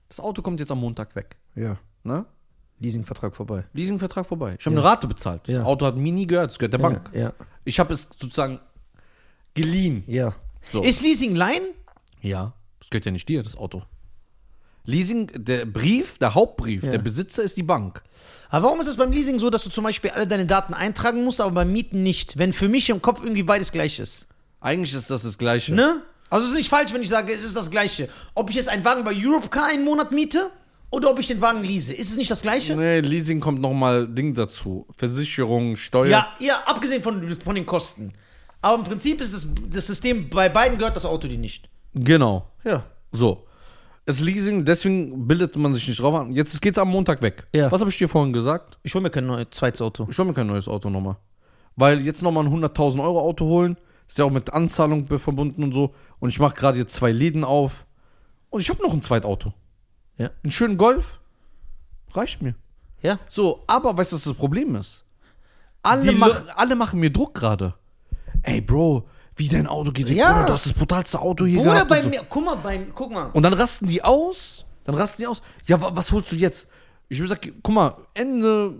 Speaker 2: Das Auto kommt jetzt am Montag weg.
Speaker 1: ja.
Speaker 2: Ne?
Speaker 1: Leasingvertrag vorbei.
Speaker 2: Leasingvertrag vorbei. Ich habe eine Rate bezahlt.
Speaker 1: Ja.
Speaker 2: Das Auto hat mir nie gehört, es gehört der Bank.
Speaker 1: Ja,
Speaker 2: Ich habe es sozusagen geliehen.
Speaker 1: ja.
Speaker 2: So.
Speaker 1: Ist Leasing Line?
Speaker 2: Ja, das gehört ja nicht dir, das Auto. Leasing, der Brief, der Hauptbrief,
Speaker 1: Ja.
Speaker 2: der Besitzer ist die Bank.
Speaker 1: Aber warum ist es beim Leasing so, dass du zum Beispiel alle deine Daten eintragen musst, aber beim Mieten nicht? Wenn für mich im Kopf irgendwie beides gleich ist.
Speaker 2: Eigentlich ist das das Gleiche.
Speaker 1: Ne? Also es ist nicht falsch, wenn ich sage, es ist das Gleiche. Ob ich jetzt einen Wagen bei Europcar einen Monat miete oder ob ich den Wagen lease, ist es nicht das Gleiche?
Speaker 2: Nee, Leasing kommt nochmal Ding dazu. Versicherung, Steuer.
Speaker 1: Ja, ja, abgesehen von, von den Kosten. Aber im Prinzip ist das, das System, bei beiden gehört das Auto dir nicht.
Speaker 2: Genau.
Speaker 1: Ja.
Speaker 2: So. Das Leasing, deswegen bildet man sich nicht drauf an. Jetzt geht's am Montag weg.
Speaker 1: Ja.
Speaker 2: Was habe ich dir vorhin gesagt?
Speaker 1: Ich hole mir kein neues zweites Auto.
Speaker 2: Ich hol mir kein neues Auto nochmal. Weil jetzt nochmal ein 100.000 Euro Auto holen, ist ja auch mit Anzahlung be- verbunden und so. Und ich mache gerade jetzt zwei Läden auf. Und ich habe noch ein zweites Auto.
Speaker 1: Ja.
Speaker 2: Einen schönen Golf. Reicht mir.
Speaker 1: Ja.
Speaker 2: So, aber weißt du, was das Problem ist? Alle,
Speaker 1: Die Lo-
Speaker 2: mach, alle machen mir Druck gerade. Ey, Bro, wie dein Auto geht.
Speaker 1: Ja.
Speaker 2: Bruder, du hast das brutalste Auto hier
Speaker 1: Oder
Speaker 2: gehabt.
Speaker 1: bei
Speaker 2: und, so.
Speaker 1: mir, guck mal, bei, guck mal.
Speaker 2: und dann rasten die aus. Dann rasten die aus. Ja, wa was holst du jetzt? Ich würde sagen, guck mal, Ende,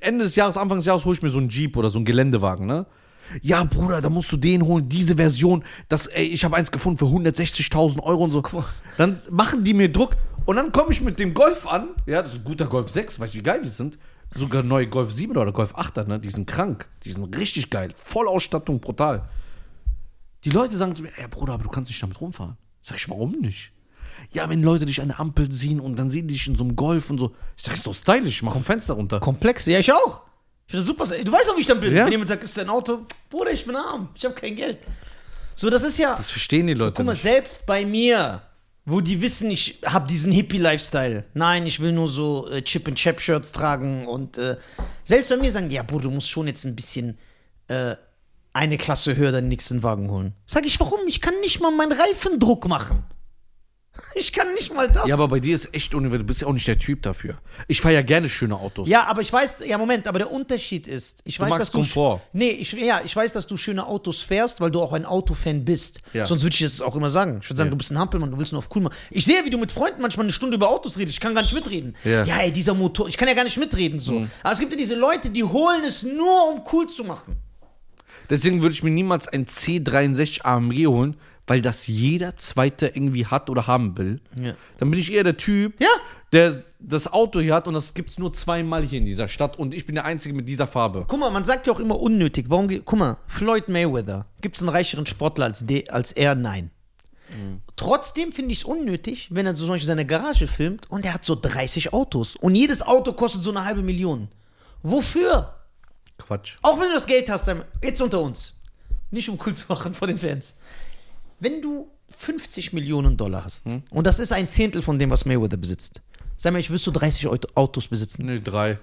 Speaker 2: Ende des Jahres, Anfang des Jahres hole ich mir so einen Jeep oder so einen Geländewagen, ne? Ja, Bruder, da musst du den holen, diese Version. Das, ey, ich habe eins gefunden für 160.000 Euro und so. Dann machen die mir Druck und dann komme ich mit dem Golf an. Ja, das ist ein guter Golf 6, weißt du, wie geil die sind? Sogar neue Golf 7 oder Golf 8, ne? Die sind krank. Die sind richtig geil. Vollausstattung, brutal. Die Leute sagen zu mir, ey, Bruder, aber du kannst nicht damit rumfahren. Sag ich, warum nicht? Ja, wenn Leute dich an der Ampel sehen und dann sehen die dich in so einem Golf und so. Ich sag, ist doch stylisch, mach ein Fenster runter.
Speaker 1: Komplex, ja, ich auch. Ich finde das super. Du weißt auch, wie ich dann bin.
Speaker 2: Ja.
Speaker 1: Wenn jemand sagt, ist dein Auto, Bruder, ich bin arm, ich habe kein Geld. So, das ist ja.
Speaker 2: Das verstehen die Leute
Speaker 1: guck mal,
Speaker 2: nicht.
Speaker 1: selbst bei mir, wo die wissen, ich habe diesen Hippie-Lifestyle. Nein, ich will nur so äh, Chip and Chap-Shirts tragen und äh, selbst bei mir sagen die, ja, Bruder, du musst schon jetzt ein bisschen äh, eine Klasse höher deinen nächsten Wagen holen. Sag ich, warum? Ich kann nicht mal meinen Reifendruck machen. Ich kann nicht mal das.
Speaker 2: Ja, aber bei dir ist echt unüber, du bist ja auch nicht der Typ dafür. Ich fahre ja gerne schöne Autos.
Speaker 1: Ja, aber ich weiß, ja Moment, aber der Unterschied ist, ich weiß,
Speaker 2: magst
Speaker 1: dass du
Speaker 2: Komfort.
Speaker 1: Nee, ich ja, ich weiß, dass du schöne Autos fährst, weil du auch ein Autofan bist.
Speaker 2: Ja.
Speaker 1: Sonst würde ich das auch immer sagen. Ich würde sagen, du bist ein Hampelmann, du willst nur auf cool machen. Ich sehe, wie du mit Freunden manchmal eine Stunde über Autos redest. Ich kann gar nicht mitreden.
Speaker 2: Ja. Mhm.
Speaker 1: Ja, ey, dieser Motor, ich kann ja gar nicht mitreden so. Aber es gibt ja diese Leute, die holen es nur um cool zu machen.
Speaker 2: Deswegen würde ich mir niemals ein C63 AMG holen, weil das jeder Zweite irgendwie hat oder haben will.
Speaker 1: Ja.
Speaker 2: Dann bin ich eher der Typ,
Speaker 1: Ja.
Speaker 2: der das Auto hier hat und das gibt's nur zweimal hier in dieser Stadt und ich bin der Einzige mit dieser Farbe.
Speaker 1: Guck mal, man sagt ja auch immer unnötig. Warum? ge- Guck mal, Floyd Mayweather. Gibt es einen reicheren Sportler als, de, als er? Nein. Trotzdem finde ich es unnötig, wenn er so zum Beispiel seine Garage filmt und er hat so 30 Autos. Und jedes Auto kostet so eine halbe Million. Wofür?
Speaker 2: Quatsch.
Speaker 1: Auch wenn du das Geld hast, Sam, jetzt unter uns. Nicht um cool zu machen vor den Fans. Wenn du 50 Millionen Dollar hast, und das ist ein Zehntel von dem, was Mayweather besitzt, sag mal, ich würdest du 30 Auto- Autos besitzen.
Speaker 2: Nee, drei.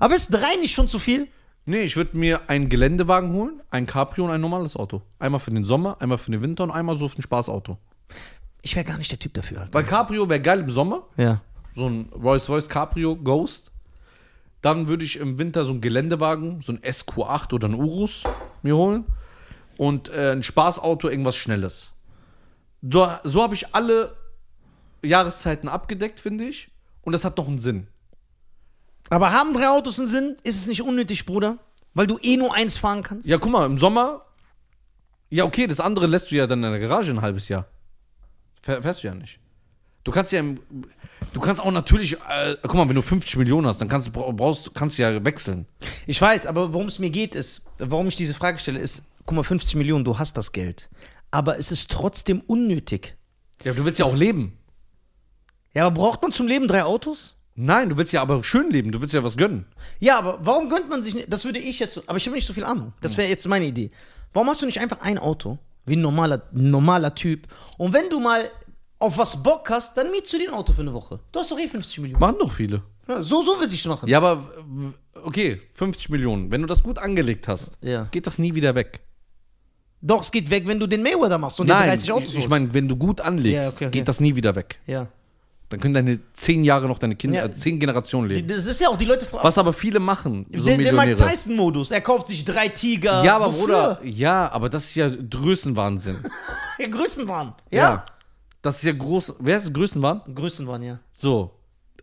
Speaker 1: Aber ist drei nicht schon zu viel?
Speaker 2: Nee, ich würde mir einen Geländewagen holen, ein Cabrio und ein normales Auto. Einmal für den Sommer, einmal für den Winter und einmal so für ein Spaßauto.
Speaker 1: Ich wäre gar nicht der Typ dafür, Alter.
Speaker 2: Weil Cabrio wäre geil im Sommer,
Speaker 1: Ja.
Speaker 2: so ein Rolls-Royce Cabrio Ghost. Dann würde ich im Winter so einen Geländewagen, so ein SQ8 oder ein Urus mir holen. Und äh, ein Spaßauto, irgendwas Schnelles. So, so habe ich alle Jahreszeiten abgedeckt, finde ich. Und das hat noch einen Sinn.
Speaker 1: Aber haben drei Autos einen Sinn? Ist es nicht unnötig, Bruder? Weil du eh nur eins fahren kannst?
Speaker 2: Ja, guck mal, im Sommer. Ja, okay, das andere lässt du ja dann in der Garage ein halbes Jahr. Fähr- Fährst du ja nicht. Du kannst ja im, Du kannst auch natürlich. Äh, guck mal, wenn du 50 Millionen hast, dann kannst du bra- brauchst, kannst du ja wechseln.
Speaker 1: Ich weiß, aber worum es mir geht, ist, warum ich diese Frage stelle, ist, guck mal, 50 Millionen, du hast das Geld. Aber es ist trotzdem unnötig.
Speaker 2: Ja, du willst ja auch leben.
Speaker 1: Ja, aber braucht man zum Leben drei Autos?
Speaker 2: Nein, du willst ja aber schön leben, du willst ja was gönnen.
Speaker 1: Ja, aber warum gönnt man sich nicht? Das würde ich jetzt. Aber ich habe nicht so viel Ahnung. Das wäre jetzt meine Idee. Warum hast du nicht einfach ein Auto? Wie ein normaler, normaler Typ. Und wenn du mal auf was Bock hast, dann mietst du dir ein Auto für eine Woche. Du hast doch eh 50 Millionen.
Speaker 2: Machen doch viele.
Speaker 1: Ja, so, so würde ich es machen.
Speaker 2: Ja, aber w- okay, 50 Millionen. Wenn du das gut angelegt hast,
Speaker 1: Ja.
Speaker 2: geht das nie wieder weg.
Speaker 1: Doch, es geht weg, wenn du den Mayweather machst und dir
Speaker 2: Nein,
Speaker 1: 30 Autos
Speaker 2: ich, ich
Speaker 1: holst.
Speaker 2: meine, wenn du gut anlegst,
Speaker 1: Ja, okay, okay.
Speaker 2: geht das nie wieder weg.
Speaker 1: Ja.
Speaker 2: Dann können deine zehn Jahre noch deine Kinder,
Speaker 1: Ja.
Speaker 2: äh, zehn Generationen leben.
Speaker 1: Das ist ja auch, die Leute fragen.
Speaker 2: Was aber viele machen, so
Speaker 1: den, den Mike
Speaker 2: Millionäre.
Speaker 1: Tyson-Modus. Er kauft sich drei Tiger.
Speaker 2: ja, aber
Speaker 1: Wofür?
Speaker 2: Bruder, ja, aber das ist ja Größenwahnsinn.
Speaker 1: Ja, Größenwahn. Ja?
Speaker 2: Das ist ja groß. Wer ist Größenwahn?
Speaker 1: Größenwahn, ja.
Speaker 2: So.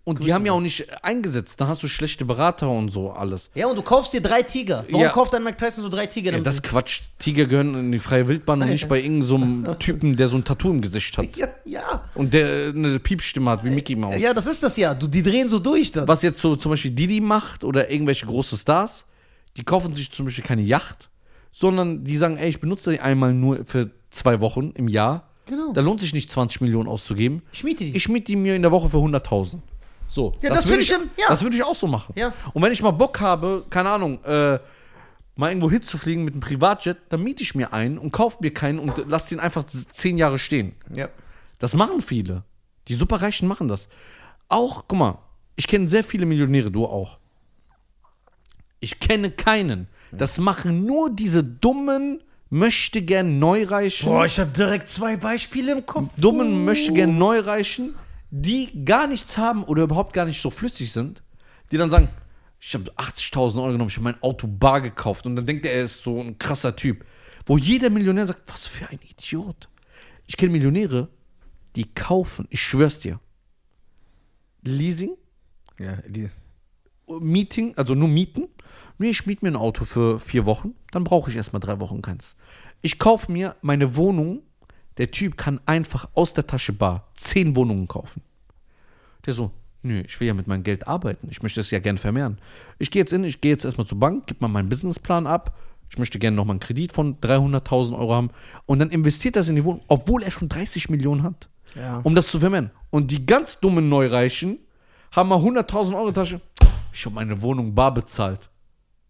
Speaker 2: Und die haben ja auch nicht äh, eingesetzt. Dann hast du schlechte Berater und so alles.
Speaker 1: Ja, und du kaufst dir drei Tiger. Warum
Speaker 2: Ja.
Speaker 1: kauft ein Mike Tyson so drei Tiger?
Speaker 2: Ja,
Speaker 1: damit-
Speaker 2: das ist Quatsch. Tiger gehören in die freie Wildbahn und nicht bei irgendeinem so einem Typen, der so ein Tattoo im Gesicht hat.
Speaker 1: ja, ja.
Speaker 2: Und der äh, eine Piepstimme hat wie Mickey Mouse.
Speaker 1: Ja, das ist das ja. Du, die drehen so durch dann.
Speaker 2: Was jetzt so zum Beispiel Didi macht oder irgendwelche große Stars, die kaufen sich zum Beispiel keine Yacht, sondern die sagen, ey, ich benutze die einmal nur für zwei Wochen im Jahr.
Speaker 1: Genau.
Speaker 2: Da lohnt sich nicht 20 Millionen auszugeben.
Speaker 1: Ich miete die.
Speaker 2: Ich miete die mir in der Woche für 100.000. So.
Speaker 1: Ja, das
Speaker 2: würd
Speaker 1: find ich im- ja.
Speaker 2: Das würde ich auch so machen.
Speaker 1: Ja.
Speaker 2: Und wenn ich mal Bock habe, keine Ahnung, äh, mal irgendwo hinzufliegen mit einem Privatjet, dann miete ich mir einen und kaufe mir keinen und lasse den einfach zehn Jahre stehen.
Speaker 1: ja.
Speaker 2: Das machen viele. Die Superreichen machen das. Auch, guck mal, ich kenne sehr viele Millionäre, du auch. Ich kenne keinen. Das machen nur diese dummen, möchte gern Neureichen,
Speaker 1: Boah, ich habe direkt zwei Beispiele im Kopf.
Speaker 2: dummen, möchte gern Neureichen, die gar nichts haben oder überhaupt gar nicht so flüssig sind, die dann sagen, ich habe 80.000 Euro genommen, ich habe mein Auto bar gekauft und dann denkt er, er ist so ein krasser Typ. Wo jeder Millionär sagt, was für ein Idiot. Ich kenne Millionäre, die kaufen, ich schwör's dir, Leasing, Ja, die. Meeting, also nur mieten. Nee, ich miete mir ein Auto für vier Wochen, dann brauche ich erstmal drei Wochen keins. Ich kaufe mir meine Wohnung. Der Typ kann einfach aus der Tasche bar zehn Wohnungen kaufen. Der so, nö, ich will ja mit meinem Geld arbeiten. Ich möchte es ja gern vermehren. Ich gehe jetzt in, ich gehe jetzt erstmal zur Bank, gebe mal meinen Businessplan ab. Ich möchte gerne nochmal einen Kredit von 300.000 Euro haben. Und dann investiert das in die Wohnung, obwohl er schon 30 Millionen hat,
Speaker 1: Ja.
Speaker 2: um das zu vermehren. Und die ganz dummen Neureichen haben mal 100.000 Euro in der Tasche. Ich habe meine Wohnung bar bezahlt.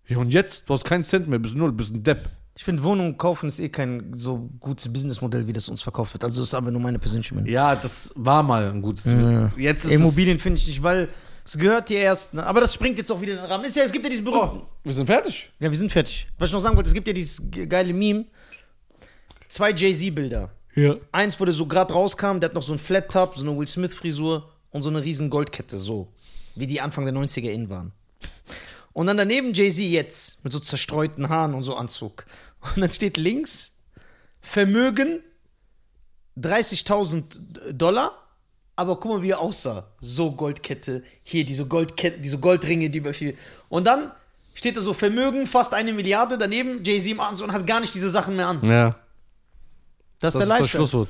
Speaker 2: Ja, und jetzt? Du hast keinen Cent mehr, bist null, bist ein Depp.
Speaker 1: Ich finde, Wohnungen kaufen ist eh kein so gutes Businessmodell, wie das uns verkauft wird. Also ist aber nur meine persönliche Meinung.
Speaker 2: Ja, das war mal ein gutes. Jetzt ist
Speaker 1: Immobilien finde ich nicht, weil es gehört dir erst. Ne? Aber das springt jetzt auch wieder in den Rahmen. Ist ja, es gibt ja diesen
Speaker 2: Es,
Speaker 1: berühmten.
Speaker 2: oh, wir sind fertig.
Speaker 1: Ja, wir sind fertig. Was ich noch sagen wollte, es gibt ja dieses ge- geile Meme. Zwei Jay-Z-Bilder.
Speaker 2: Ja.
Speaker 1: Eins, wo der so gerade rauskam, der hat noch so einen Flat-Top, so eine Will Smith-Frisur und so eine riesen Goldkette, so. Wie die Anfang der 90er in waren. Und dann daneben Jay-Z jetzt, mit so zerstreuten Haaren und so Anzug. Und dann steht links Vermögen 30.000 Dollar, aber guck mal, wie er aussah. So Goldkette, hier diese Goldkette, diese Goldringe, die überfiel. Und dann steht da so Vermögen, fast eine Milliarde, daneben Jay-Z im Anzug und hat gar nicht diese Sachen mehr an.
Speaker 2: Ja.
Speaker 1: Das,
Speaker 2: Das
Speaker 1: ist
Speaker 2: ist
Speaker 1: der
Speaker 2: das
Speaker 1: Lifestyle.
Speaker 2: Schlusswort.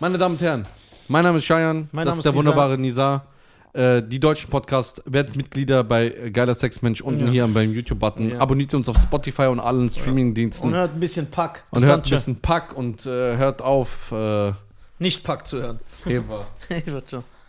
Speaker 2: Meine Damen und Herren, mein Name ist Cheyenne,
Speaker 1: Mein
Speaker 2: das
Speaker 1: Name
Speaker 2: ist
Speaker 1: ist
Speaker 2: der
Speaker 1: Nizar.
Speaker 2: wunderbare Nizar. Äh, die deutschen Podcast, werdet Mitglieder bei äh, Geiler Sexmensch unten hier beim YouTube-Button.
Speaker 1: Ja.
Speaker 2: Abonniert uns auf Spotify und allen Streaming-Diensten.
Speaker 1: Und hört ein bisschen Pack.
Speaker 2: Und hört ein
Speaker 1: Stuntje.
Speaker 2: bisschen Pack und äh, hört auf, äh,
Speaker 1: Nicht Pack zu hören.
Speaker 2: Eva.
Speaker 1: Ich würd schon.